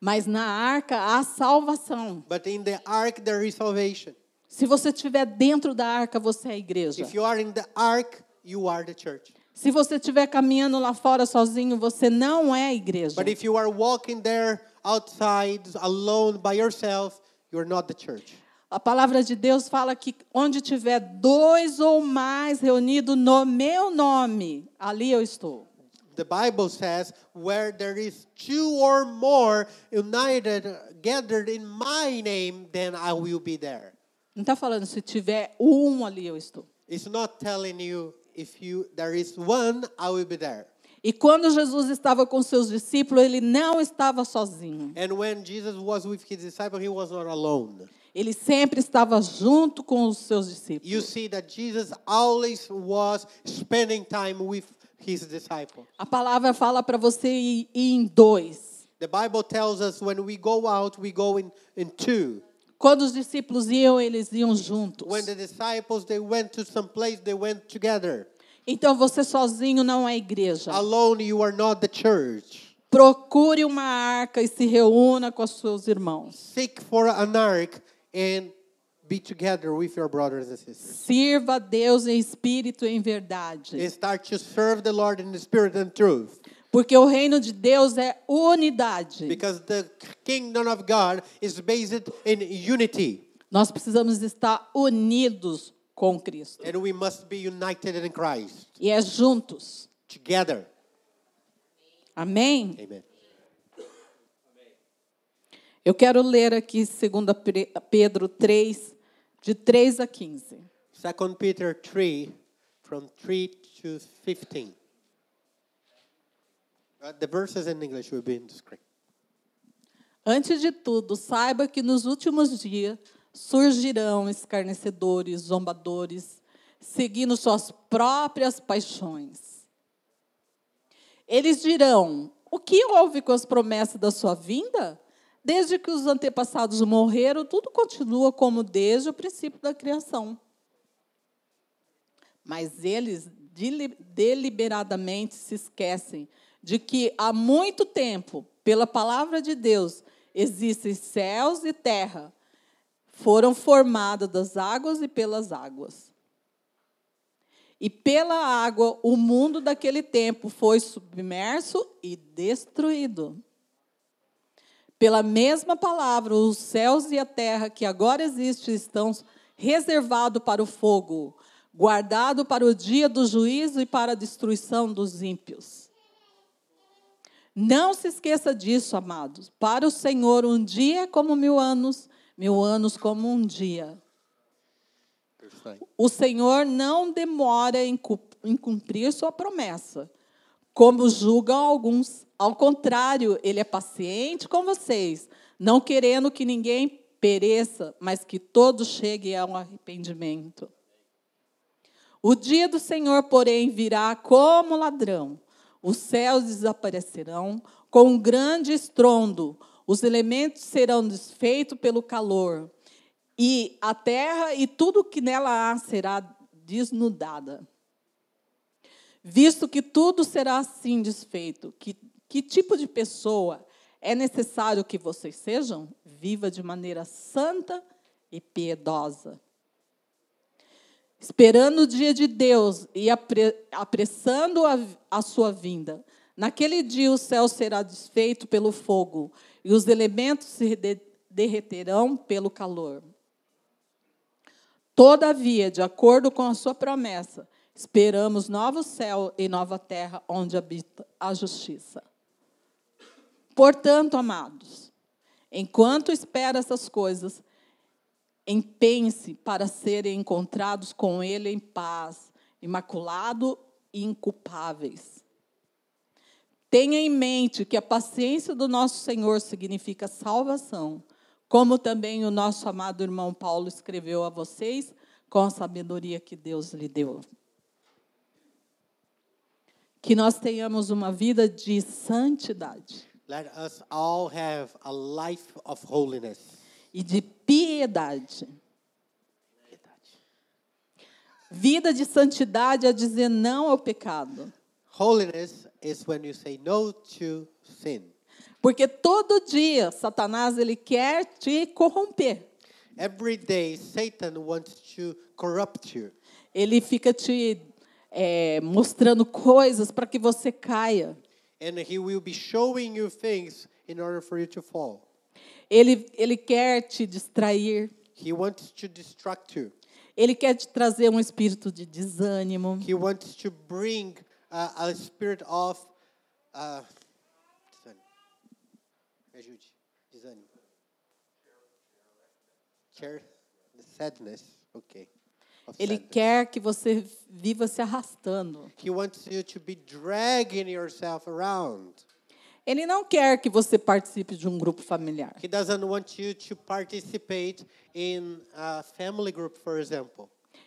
A: mas na arca há salvação.
B: But in the ark, there is salvation.
A: Se você estiver dentro da arca, você é igreja.
B: If you are in the ark, you are the church.
A: Se você estiver caminhando lá fora sozinho, você não é igreja.
B: But if you are walking there outside, alone, by yourself, you're not the church.
A: A palavra de Deus fala que onde tiver dois ou mais reunidos no meu nome, ali eu estou.
B: The Bible says, where there is two or more united, gathered in my name, then I will be there.
A: Não está falando se tiver um ali eu estou.
B: It's not telling you if you there is one, I will be there.
A: E quando Jesus estava com seus discípulos, ele não estava sozinho.
B: And when Jesus was with his disciples, he was not alone.
A: Ele sempre estava junto com os seus discípulos.
B: You see that Jesus always was spending time with his disciples.
A: A palavra fala para você ir, ir em dois.
B: The Bible tells us when we go out, we go in, in two.
A: Quando os discípulos iam, eles iam juntos.
B: When the disciples they went to some place, they went together.
A: Então você sozinho não é igreja.
B: Alone you are not the church.
A: Procure uma arca e se reúna com os seus irmãos.
B: Seek for an ark and be together with your brothers and sisters.
A: Sirva a Deus em espírito e em verdade.
B: And start to serve the Lord in the spirit and truth.
A: Porque o reino de Deus é unidade.
B: Because the kingdom of God is based in unity.
A: Nós precisamos estar unidos com Cristo.
B: And we must be united in Christ.
A: E é juntos.
B: Together.
A: Amém?
B: Amen.
A: Eu quero ler aqui 2 Pre- Pedro 3, de 3 a 15.
B: Second Peter 3, from 3 to 15. Uh, the verses in English will be in the screen.
A: Antes de tudo, saiba que nos últimos dias surgirão escarnecedores, zombadores, seguindo suas próprias paixões. Eles dirão: O que houve com as promessas da sua vinda? Desde que os antepassados morreram, tudo continua como desde o princípio da criação. Mas eles deli- deliberadamente se esquecem de que há muito tempo, pela palavra de Deus, existem céus e terra. Foram formadas das águas e pelas águas. E pela água, o mundo daquele tempo foi submerso e destruído. Pela mesma palavra, os céus e a terra que agora existem estão reservados para o fogo, guardado para o dia do juízo e para a destruição dos ímpios. Não se esqueça disso, amados. Para o Senhor, um dia é como mil anos, mil anos como um dia.
B: Verse nine.
A: O Senhor não demora em cu- em cumprir sua promessa, como julgam alguns. Ao contrário, ele é paciente com vocês, não querendo que ninguém pereça, mas que todos cheguem ao arrependimento. O dia do Senhor, porém, virá como ladrão. Os céus desaparecerão com um grande estrondo. Os elementos serão desfeitos pelo calor. E a terra e tudo que nela há será desnudada. Visto que tudo será assim desfeito, que, que tipo de pessoa é necessário que vocês sejam? Viva de maneira santa e piedosa esperando o dia de Deus e apressando a, a, sua vinda. Naquele dia o céu será desfeito pelo fogo e os elementos se de, derreterão pelo calor. Todavia, de acordo com a sua promessa, esperamos novo céu e nova terra onde habita a justiça. Portanto, amados, enquanto espera essas coisas, empenhe-se para serem encontrados com Ele em paz, imaculado e inculpáveis. Tenha em mente que a paciência do nosso Senhor significa salvação, como também o nosso amado irmão Paulo escreveu a vocês com a sabedoria que Deus lhe deu. Que nós tenhamos uma vida de santidade
B: Let us all have a life of holiness.
A: e de piedade. Vida de santidade é dizer não ao pecado.
B: Holiness is when you say no to sin.
A: Porque todo dia Satanás ele quer te corromper.
B: Every day, Satan wants to corrupt you.
A: Ele fica te eh, mostrando coisas para que você caia.
B: And he will be showing you things in order for you to fall.
A: Ele, ele quer te distrair.
B: He wants to distract you.
A: Ele quer te trazer um espírito de desânimo.
B: He wants to bring uh, a spirit of uh, desânimo. Me ajude. Desânimo. Chair, sadness. Okay. Of
A: Ele
B: sadness.
A: quer que você viva se arrastando.
B: He wants you to be dragging yourself around.
A: Ele não quer que você participe de um grupo familiar.
B: He doesn't want you to participate in a family group, for example.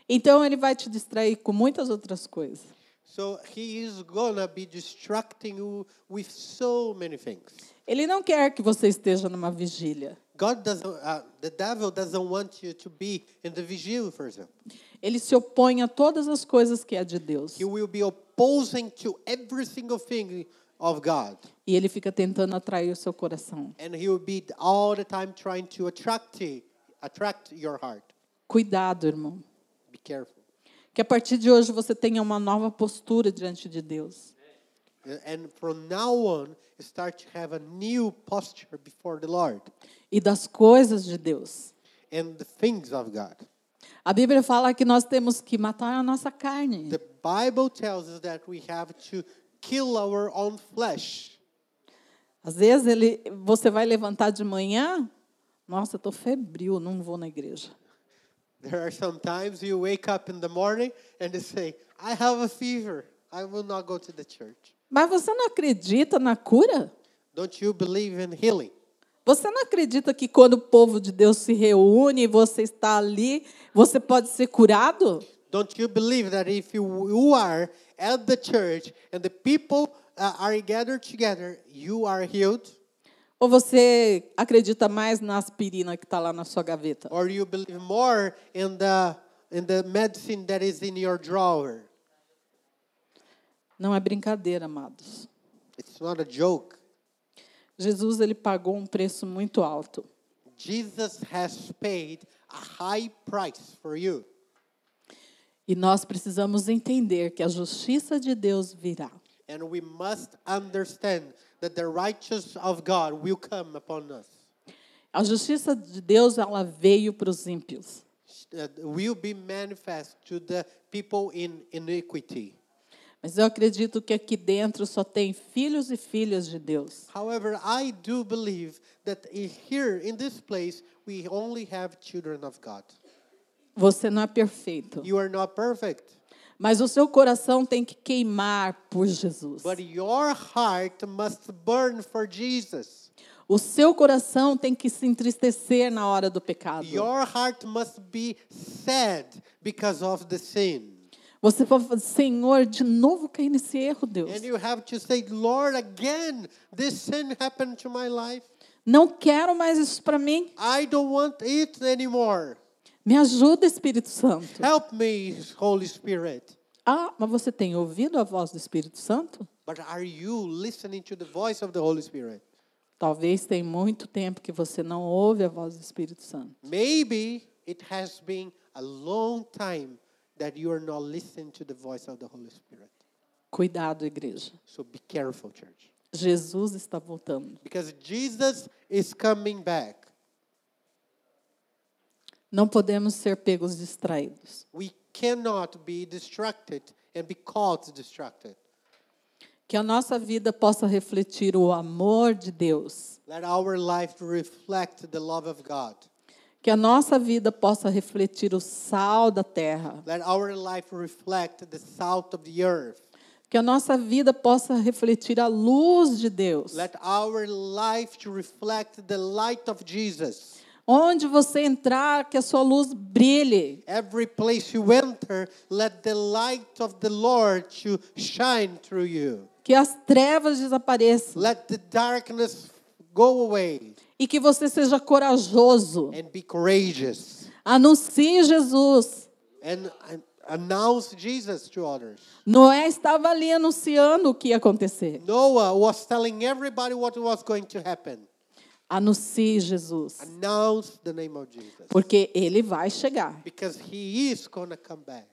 A: Então ele vai te distrair com muitas outras coisas.
B: So he is gonna be distracting you with so many things.
A: Ele não quer que você esteja numa vigília.
B: God doesn't. Uh, the devil doesn't want you to be in the vigil, for example.
A: Ele se opõe a todas as coisas que é de Deus.
B: He will be opposing to every single thing of God,
A: E ele fica tentando atrair o seu coração.
B: and he will be all the time trying to attract you, attract your heart.
A: Cuidado, irmão.
B: Be careful.
A: Que a partir de hoje você tenha uma nova postura diante de Deus.
B: And from now on, start to have a new posture before the Lord
A: E das coisas de Deus.
B: and the things of God.
A: A Bíblia fala que nós temos que matar a nossa carne.
B: The Bible tells us that we have to kill our own flesh.
A: Às vezes ele, você vai levantar de manhã, nossa, eu tô febril, não vou na igreja.
B: There are some times you wake up in the morning and you say, I have a fever. I will not go to the church.
A: Mas você não acredita na cura?
B: Don't you believe in healing?
A: Você não acredita que quando o povo de Deus se reúne e você está ali, você pode ser curado?
B: Don't you believe that if you, you are at the church and the people uh, are gathered together, you are healed?
A: Ou você acredita mais na aspirina que está lá na sua gaveta?
B: Or you believe more in the, in the medicine that is in your drawer?
A: Não é brincadeira, amados.
B: It's not a joke.
A: Jesus ele pagou um preço muito alto.
B: Jesus has paid a high price for you.
A: E nós precisamos entender que a justiça de Deus virá.
B: And we must understand that the righteousness of God will come upon us.
A: A justiça de Deus ela veio para os ímpios.
B: That will be manifest to the people in iniquity.
A: Mas eu acredito que aqui dentro só tem filhos e filhas de Deus.
B: However, I do believe that i- here in this place we only have children of God.
A: Você não é perfeito.
B: You are not perfect,
A: Mas o seu coração tem que queimar por Jesus.
B: but your heart must burn for Jesus.
A: O seu coração tem que se entristecer na hora do pecado.
B: Your heart must be sad because of the sin.
A: Você vai falar, Senhor, de novo caí nesse erro, Deus.
B: And you have to say, Lord, again, this sin happened to my life.
A: Não quero mais isso para mim.
B: I don't want it anymore.
A: Me ajuda, Espírito Santo.
B: Help me, Holy Spirit.
A: Ah, mas você tem ouvido a voz do Espírito Santo?
B: But are you listening to the voice of the Holy Spirit?
A: Talvez tem muito tempo que você não ouve a voz do Espírito Santo.
B: Maybe it has been a long time that you are not listening to the voice of the Holy Spirit.
A: Cuidado, igreja.
B: So be careful, church.
A: Jesus está voltando.
B: Because Jesus is coming back.
A: Não podemos ser pegos distraídos.
B: We cannot be distracted and be caught distracted.
A: Que a nossa vida possa refletir o amor de Deus.
B: Let our life reflect the love of God.
A: Que a nossa vida possa refletir o sal da terra.
B: Let our life reflect the salt of the earth.
A: Que a nossa vida possa refletir a luz de Deus.
B: Let our life to reflect the light of Jesus.
A: Onde você entrar, que a sua luz brilhe.
B: Every place you enter, let the light of the Lord to shine through you.
A: Que as trevas desapareçam.
B: Let the darkness go away
A: E que você seja corajoso.
B: and be courageous
A: Anuncie Jesus.
B: and and announce Jesus to others.
A: Noé estava ali anunciando o que ia acontecer.
B: Noah was telling everybody what was going to happen.
A: Anuncie Jesus.
B: Announce the name of Jesus
A: Porque ele vai chegar.
B: because he is going to come back.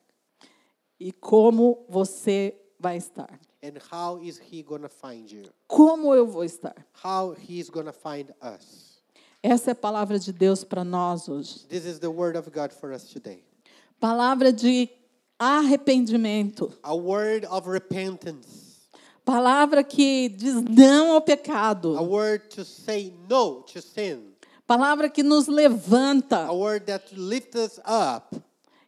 A: E como você vai estar?
B: And how is he going to find you?
A: Como eu vou estar?
B: How he is going to find us.
A: Essa é a palavra de Deus para nós hoje.
B: This is the word of God for us today.
A: Palavra de arrependimento.
B: A word of repentance.
A: Palavra que diz não ao
B: A
A: pecado.
B: word to say no to sin.
A: Palavra que nos levanta
B: A word that lifts us up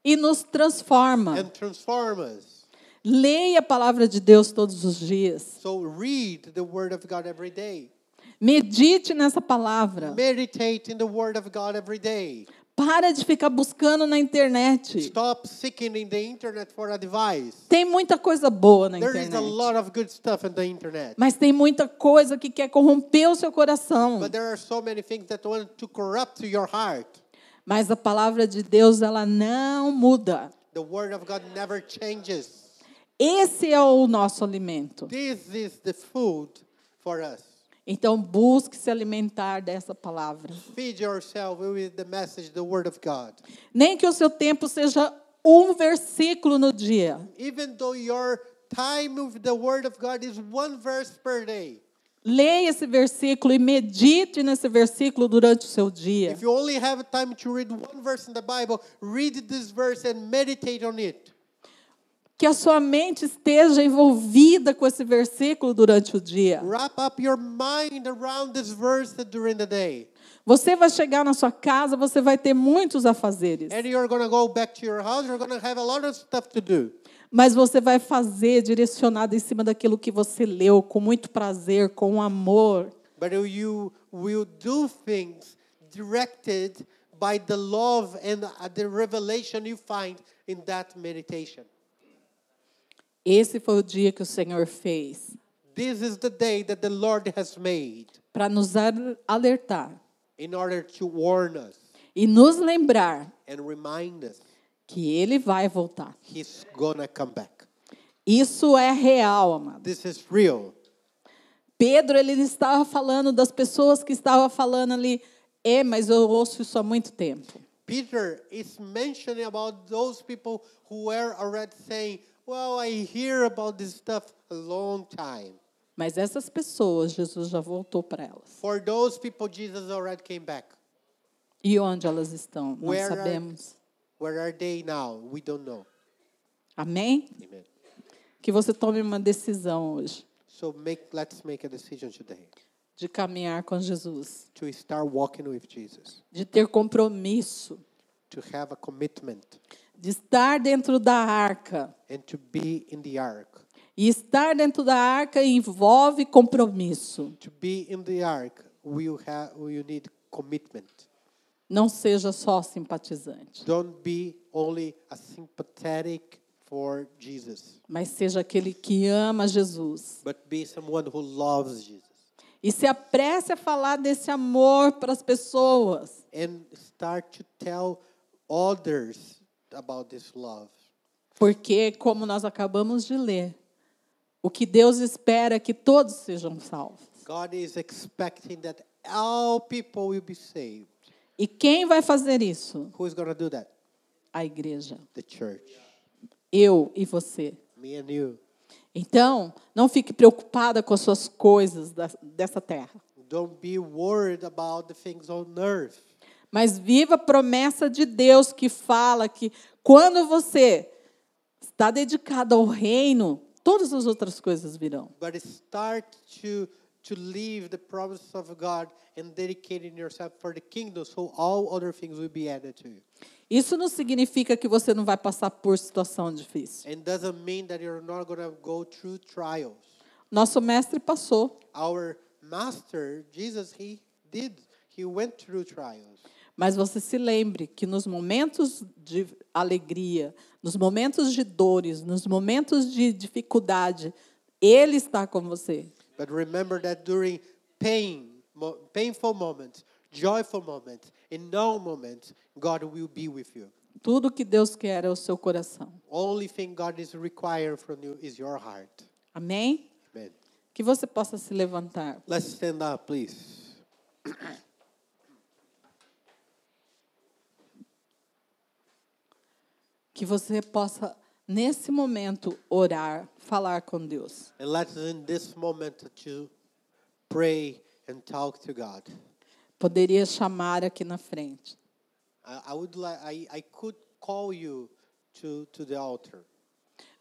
A: e nos transforma.
B: and transforms us.
A: Leia a palavra de Deus todos os dias.
B: So read the word of God every day.
A: Medite nessa palavra.
B: Meditate in the word of God every day.
A: Para de ficar buscando na internet.
B: Stop seeking in the internet for a device.
A: Tem muita coisa boa na
B: There is a
A: internet.
B: lot of good stuff on the internet.
A: Mas tem muita coisa que quer corromper o seu coração.
B: But there are so many things that want to corrupt your heart.
A: Mas a palavra de Deus, ela não muda.
B: The word of God never changes.
A: Esse é o nosso alimento.
B: This is the food for us.
A: Então, busque se alimentar dessa palavra.
B: Feed yourself with the message, the word of God.
A: Nem que o seu tempo seja um versículo no dia.
B: Even though your time with the word of God is one verse per day,
A: Leia esse versículo e medite nesse versículo durante o seu dia.
B: if you only have time to read one verse in the Bible, read this verse and meditate on it.
A: Que a sua mente esteja envolvida com esse versículo durante o dia.
B: Wrap up your mind around this verse during the day.
A: Você vai chegar na sua casa, você vai ter muitos afazeres.
B: And you're going to go back to your house, you're going to have a lot of stuff to do.
A: Mas você vai fazer direcionado em cima daquilo que você leu, com muito prazer, com amor.
B: But you will do things directed by the love and uh, the revelation you find in that meditation.
A: Esse foi o dia que o Senhor fez
B: This is the day that the Lord has made
A: para nos ar- alertar
B: in order to warn us
A: e nos lembrar
B: and remind us
A: que Ele vai voltar.
B: He's gonna come back.
A: Isso é real, amado.
B: This is real.
A: Pedro, ele estava falando das pessoas que estavam falando ali, é, mas eu ouço isso há muito tempo.
B: Peter is mentioning about those people who were already saying, Well, I hear about this stuff a long time.
A: Mas essas pessoas, Jesus já voltou para elas.
B: For those people, Jesus already came back.
A: E onde elas estão? Não
B: Where are-
A: sabemos.
B: Where are they now? We don't know.
A: Amém?
B: Amen.
A: Que você tome uma decisão hoje
B: So make, let's make a decision today
A: de caminhar com Jesus,
B: to start walking with Jesus,
A: de ter compromisso,
B: to have a commitment,
A: de estar dentro da arca.
B: and to be in the ark.
A: E estar dentro da arca envolve compromisso.
B: To be in the ark, you have you need commitment.
A: Não seja só simpatizante.
B: Don't be only a sympathetic for Jesus,
A: mas seja aquele que ama Jesus.
B: but be someone who loves Jesus.
A: E se apresse a falar desse amor para as pessoas.
B: And start to tell others about this love.
A: Porque, como nós acabamos de ler, o que Deus espera é que todos sejam salvos.
B: God is expecting that all people will be saved.
A: E quem vai fazer isso?
B: Who is going to do that?
A: A igreja.
B: The church.
A: Eu e você.
B: Me and you.
A: Então, não fique preocupada com as suas coisas da- dessa terra.
B: Don't be worried about the things on earth.
A: Mas viva a promessa de Deus que fala que quando você está dedicado ao reino, todas as outras coisas virão.
B: but start to to live the promises of God and dedicating yourself for the kingdom, so all other things will be added to you.
A: Isso não significa que você não vai passar por situação difícil.
B: And doesn't mean that you're not gonna go through trials.
A: Nosso mestre passou,
B: Our master Jesus, he did. He went through trials.
A: mas você se lembre que nos momentos de alegria, nos momentos de dores, nos momentos de dificuldade, ele está com você.
B: But remember that during pain, mo- painful moments, joyful moments, in no moments, God will be with you.
A: Tudo que Deus quer é o seu coração.
B: Only thing God is requiring from you is your heart.
A: Amém?
B: Amen.
A: Que você possa se levantar.
B: Let's stand up, please.
A: que você possa, nesse momento, orar, falar com Deus.
B: And let's in this moment to pray and talk to God.
A: Poderia chamar aqui na frente.
B: I, I would like I, I could call you to to the altar,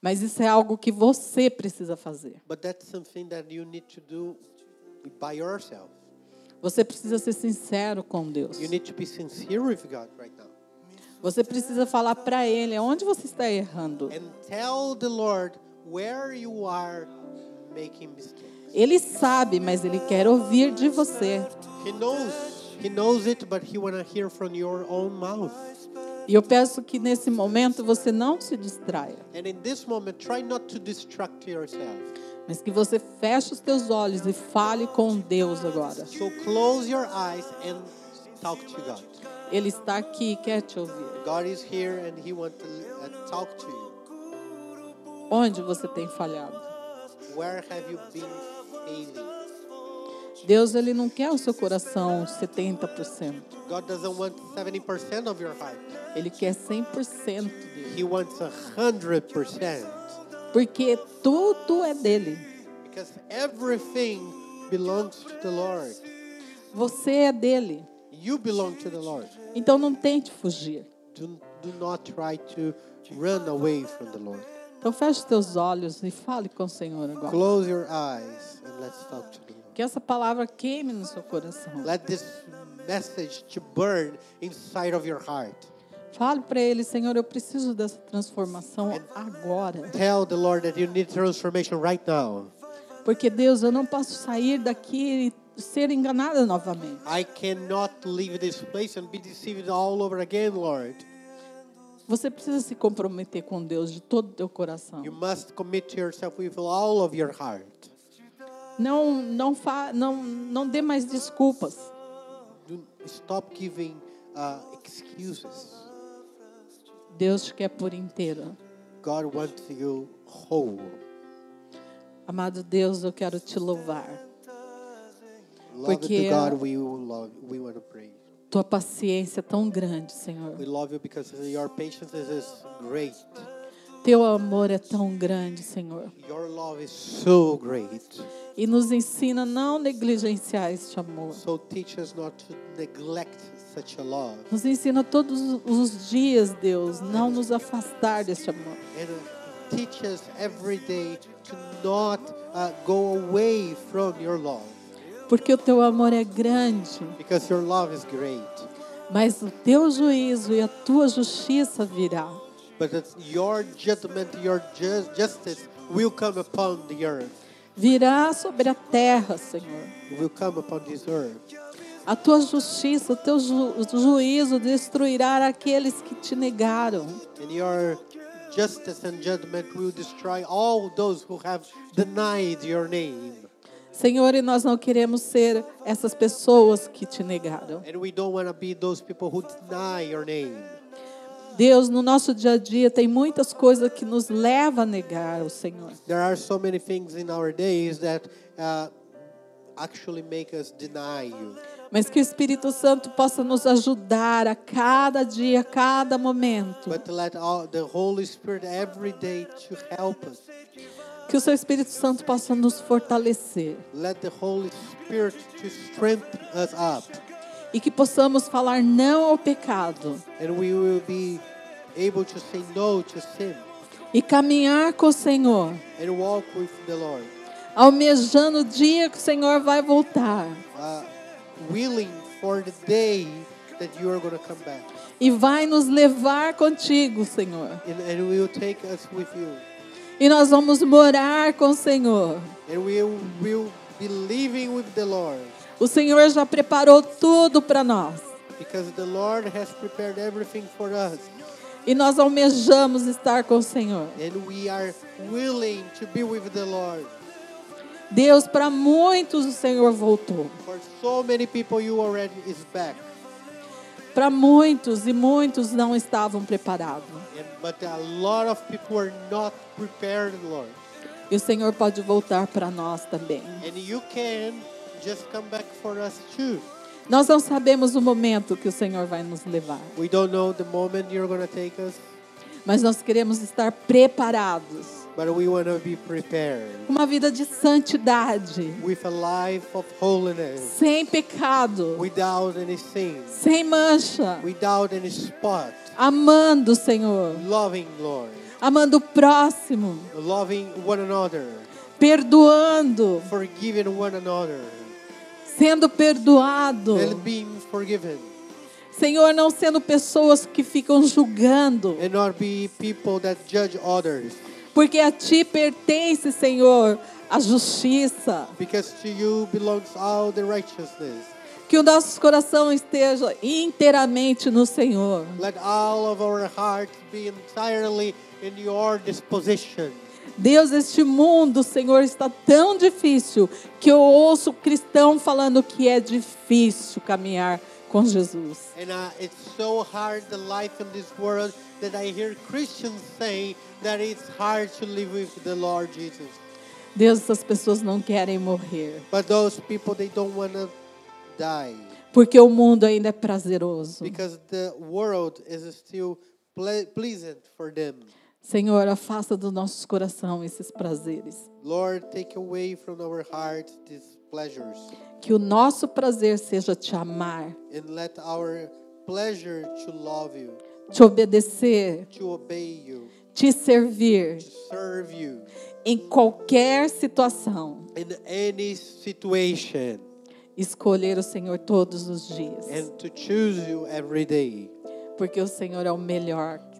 A: Mas isso é algo que você precisa fazer.
B: but that's something that you need to do by yourself.
A: Você precisa ser sincero com Deus.
B: You need to be sincere with God right now
A: Você precisa falar para Ele onde você está errando.
B: and tell the Lord where you are making mistakes.
A: Ele sabe, mas Ele quer ouvir de você.
B: He knows. He knows it, but he wanna hear from your own mouth.
A: E eu peço que nesse momento você não se distraia,
B: And in this moment, try not to distract yourself.
A: mas que você feche os teus olhos e fale com Deus agora.
B: So close your eyes and talk to God.
A: Ele está aqui e quer te ouvir.
B: God is here and He wants to uh, talk to you.
A: Onde você tem falhado?
B: Where have you been failing?
A: Deus ele não quer o seu coração 70%.
B: God doesn't want 70% of your heart.
A: Ele quer 100% dele.
B: He wants 100%.
A: Porque tudo é dele.
B: Because everything belongs to the Lord.
A: Você é dele.
B: You belong to the Lord.
A: Então não tente fugir.
B: Do, do not try to run away from the Lord.
A: Então feche os teus olhos e fale com o Senhor agora.
B: Close your eyes and let's talk to the Lord.
A: Que essa palavra queime no seu coração.
B: Let this message to burn inside of your heart.
A: Fale para ele, Senhor, eu preciso dessa transformação agora.
B: Tell the Lord that you need transformation right now.
A: Porque Deus, eu não posso sair daqui e ser enganada novamente.
B: I cannot leave this place and be deceived all over again, Lord.
A: Você precisa se comprometer com Deus de todo o teu coração.
B: You must commit to yourself with all of your heart.
A: Não, não, fa, não, não dê mais desculpas.
B: Do, stop giving uh, excuses.
A: Deus te quer por inteiro.
B: God wants you whole.
A: Amado Deus, eu quero te louvar.
B: Love
A: Porque-
B: to God. We will love. We want to pray.
A: Tua paciência é tão grande, Senhor.
B: We love you because your patience is- is great.
A: Teu amor é tão grande, Senhor.
B: Your love is so great.
A: E nos ensina a não negligenciar este amor.
B: So teach us not to neglect such a love.
A: Nos ensina todos os dias, Deus, não nos afastar deste amor.
B: and uh, teach us every day to not uh, go away from your love
A: Porque o teu amor é grande,
B: because your love is great
A: mas o teu juízo e a tua justiça virá.
B: but it's your judgment your ju- justice will come upon the earth
A: Virá sobre a terra, Senhor.
B: will come upon this earth
A: A tua justiça, o teu ju- o juízo destruirá aqueles que te negaram.
B: and your justice and judgment will destroy all those who have denied your name.
A: Senhor, e nós não queremos ser essas pessoas que te negaram.
B: And we don't want to be those people who deny your name.
A: Deus, no nosso dia a dia, tem muitas coisas que nos leva a negar o Senhor.
B: There are so many things in our days that uh, actually make us deny you.
A: Mas que o Espírito Santo possa nos ajudar a cada dia, a cada momento.
B: But let all, the Holy Spirit every day to help us.
A: Que o seu Espírito Santo possa nos fortalecer.
B: Let the Holy Spirit to strengthen us up.
A: E que possamos falar não ao pecado.
B: And we will be able to say no to sin
A: E caminhar com o Senhor.
B: and walk with the Lord.
A: Almejando o dia que o Senhor vai voltar.
B: Uh, willing for the day that you are going to come back.
A: E vai nos levar contigo, Senhor.
B: And, and will take us with you.
A: E nós vamos morar com o Senhor.
B: And we will be living with the Lord.
A: O Senhor já preparou tudo para nós.
B: Because the Lord has prepared everything for us.
A: E nós almejamos estar com o Senhor.
B: And we are willing to be with the Lord.
A: Deus, para muitos o Senhor voltou.
B: For so many people, you already is back.
A: Para muitos e muitos não estavam preparados.
B: And, but a lot of people are not prepared, Lord.
A: E o Senhor pode voltar para nós também.
B: And you can just come back for us too.
A: Nós não sabemos o momento que o Senhor vai nos levar,
B: We don't know the moment you're going to take us,
A: mas nós queremos estar preparados.
B: but we want to be prepared
A: Uma vida de santidade,
B: with a life of holiness,
A: sem pecado,
B: without any sin,
A: sem mancha,
B: without any spot,
A: amando o Senhor,
B: loving Lord,
A: amando o próximo,
B: loving one another,
A: perdoando,
B: forgiving one another,
A: sendo perdoado.
B: and being forgiven,
A: Senhor, não sendo pessoas que ficam julgando,
B: and not be people that judge others,
A: porque a ti pertence, Senhor, a justiça.
B: because to you belongs all the righteousness.
A: Que o nosso coração esteja inteiramente no Senhor.
B: Let all of our hearts be entirely in your disposition.
A: Deus, este mundo, Senhor, está tão difícil que eu ouço cristão falando que é difícil caminhar com Jesus.
B: And uh, it's so hard, the life in this world, that I hear Christians saying that it's hard to live with the Lord Jesus.
A: Deus, essas pessoas não querem morrer,
B: But those people, they don't want to die
A: porque o mundo ainda é prazeroso.
B: because the world is still ple- pleasant for them.
A: Senhor, afasta do nosso coração esses prazeres.
B: Lord, take away from our hearts these pleasures
A: Que o nosso prazer seja te amar,
B: and let our pleasure to love you,
A: te obedecer,
B: to obey you,
A: te servir
B: to serve you.
A: em qualquer situação.
B: in any situation
A: Escolher o Senhor todos os dias,
B: and to choose you every day
A: porque o Senhor é o melhor que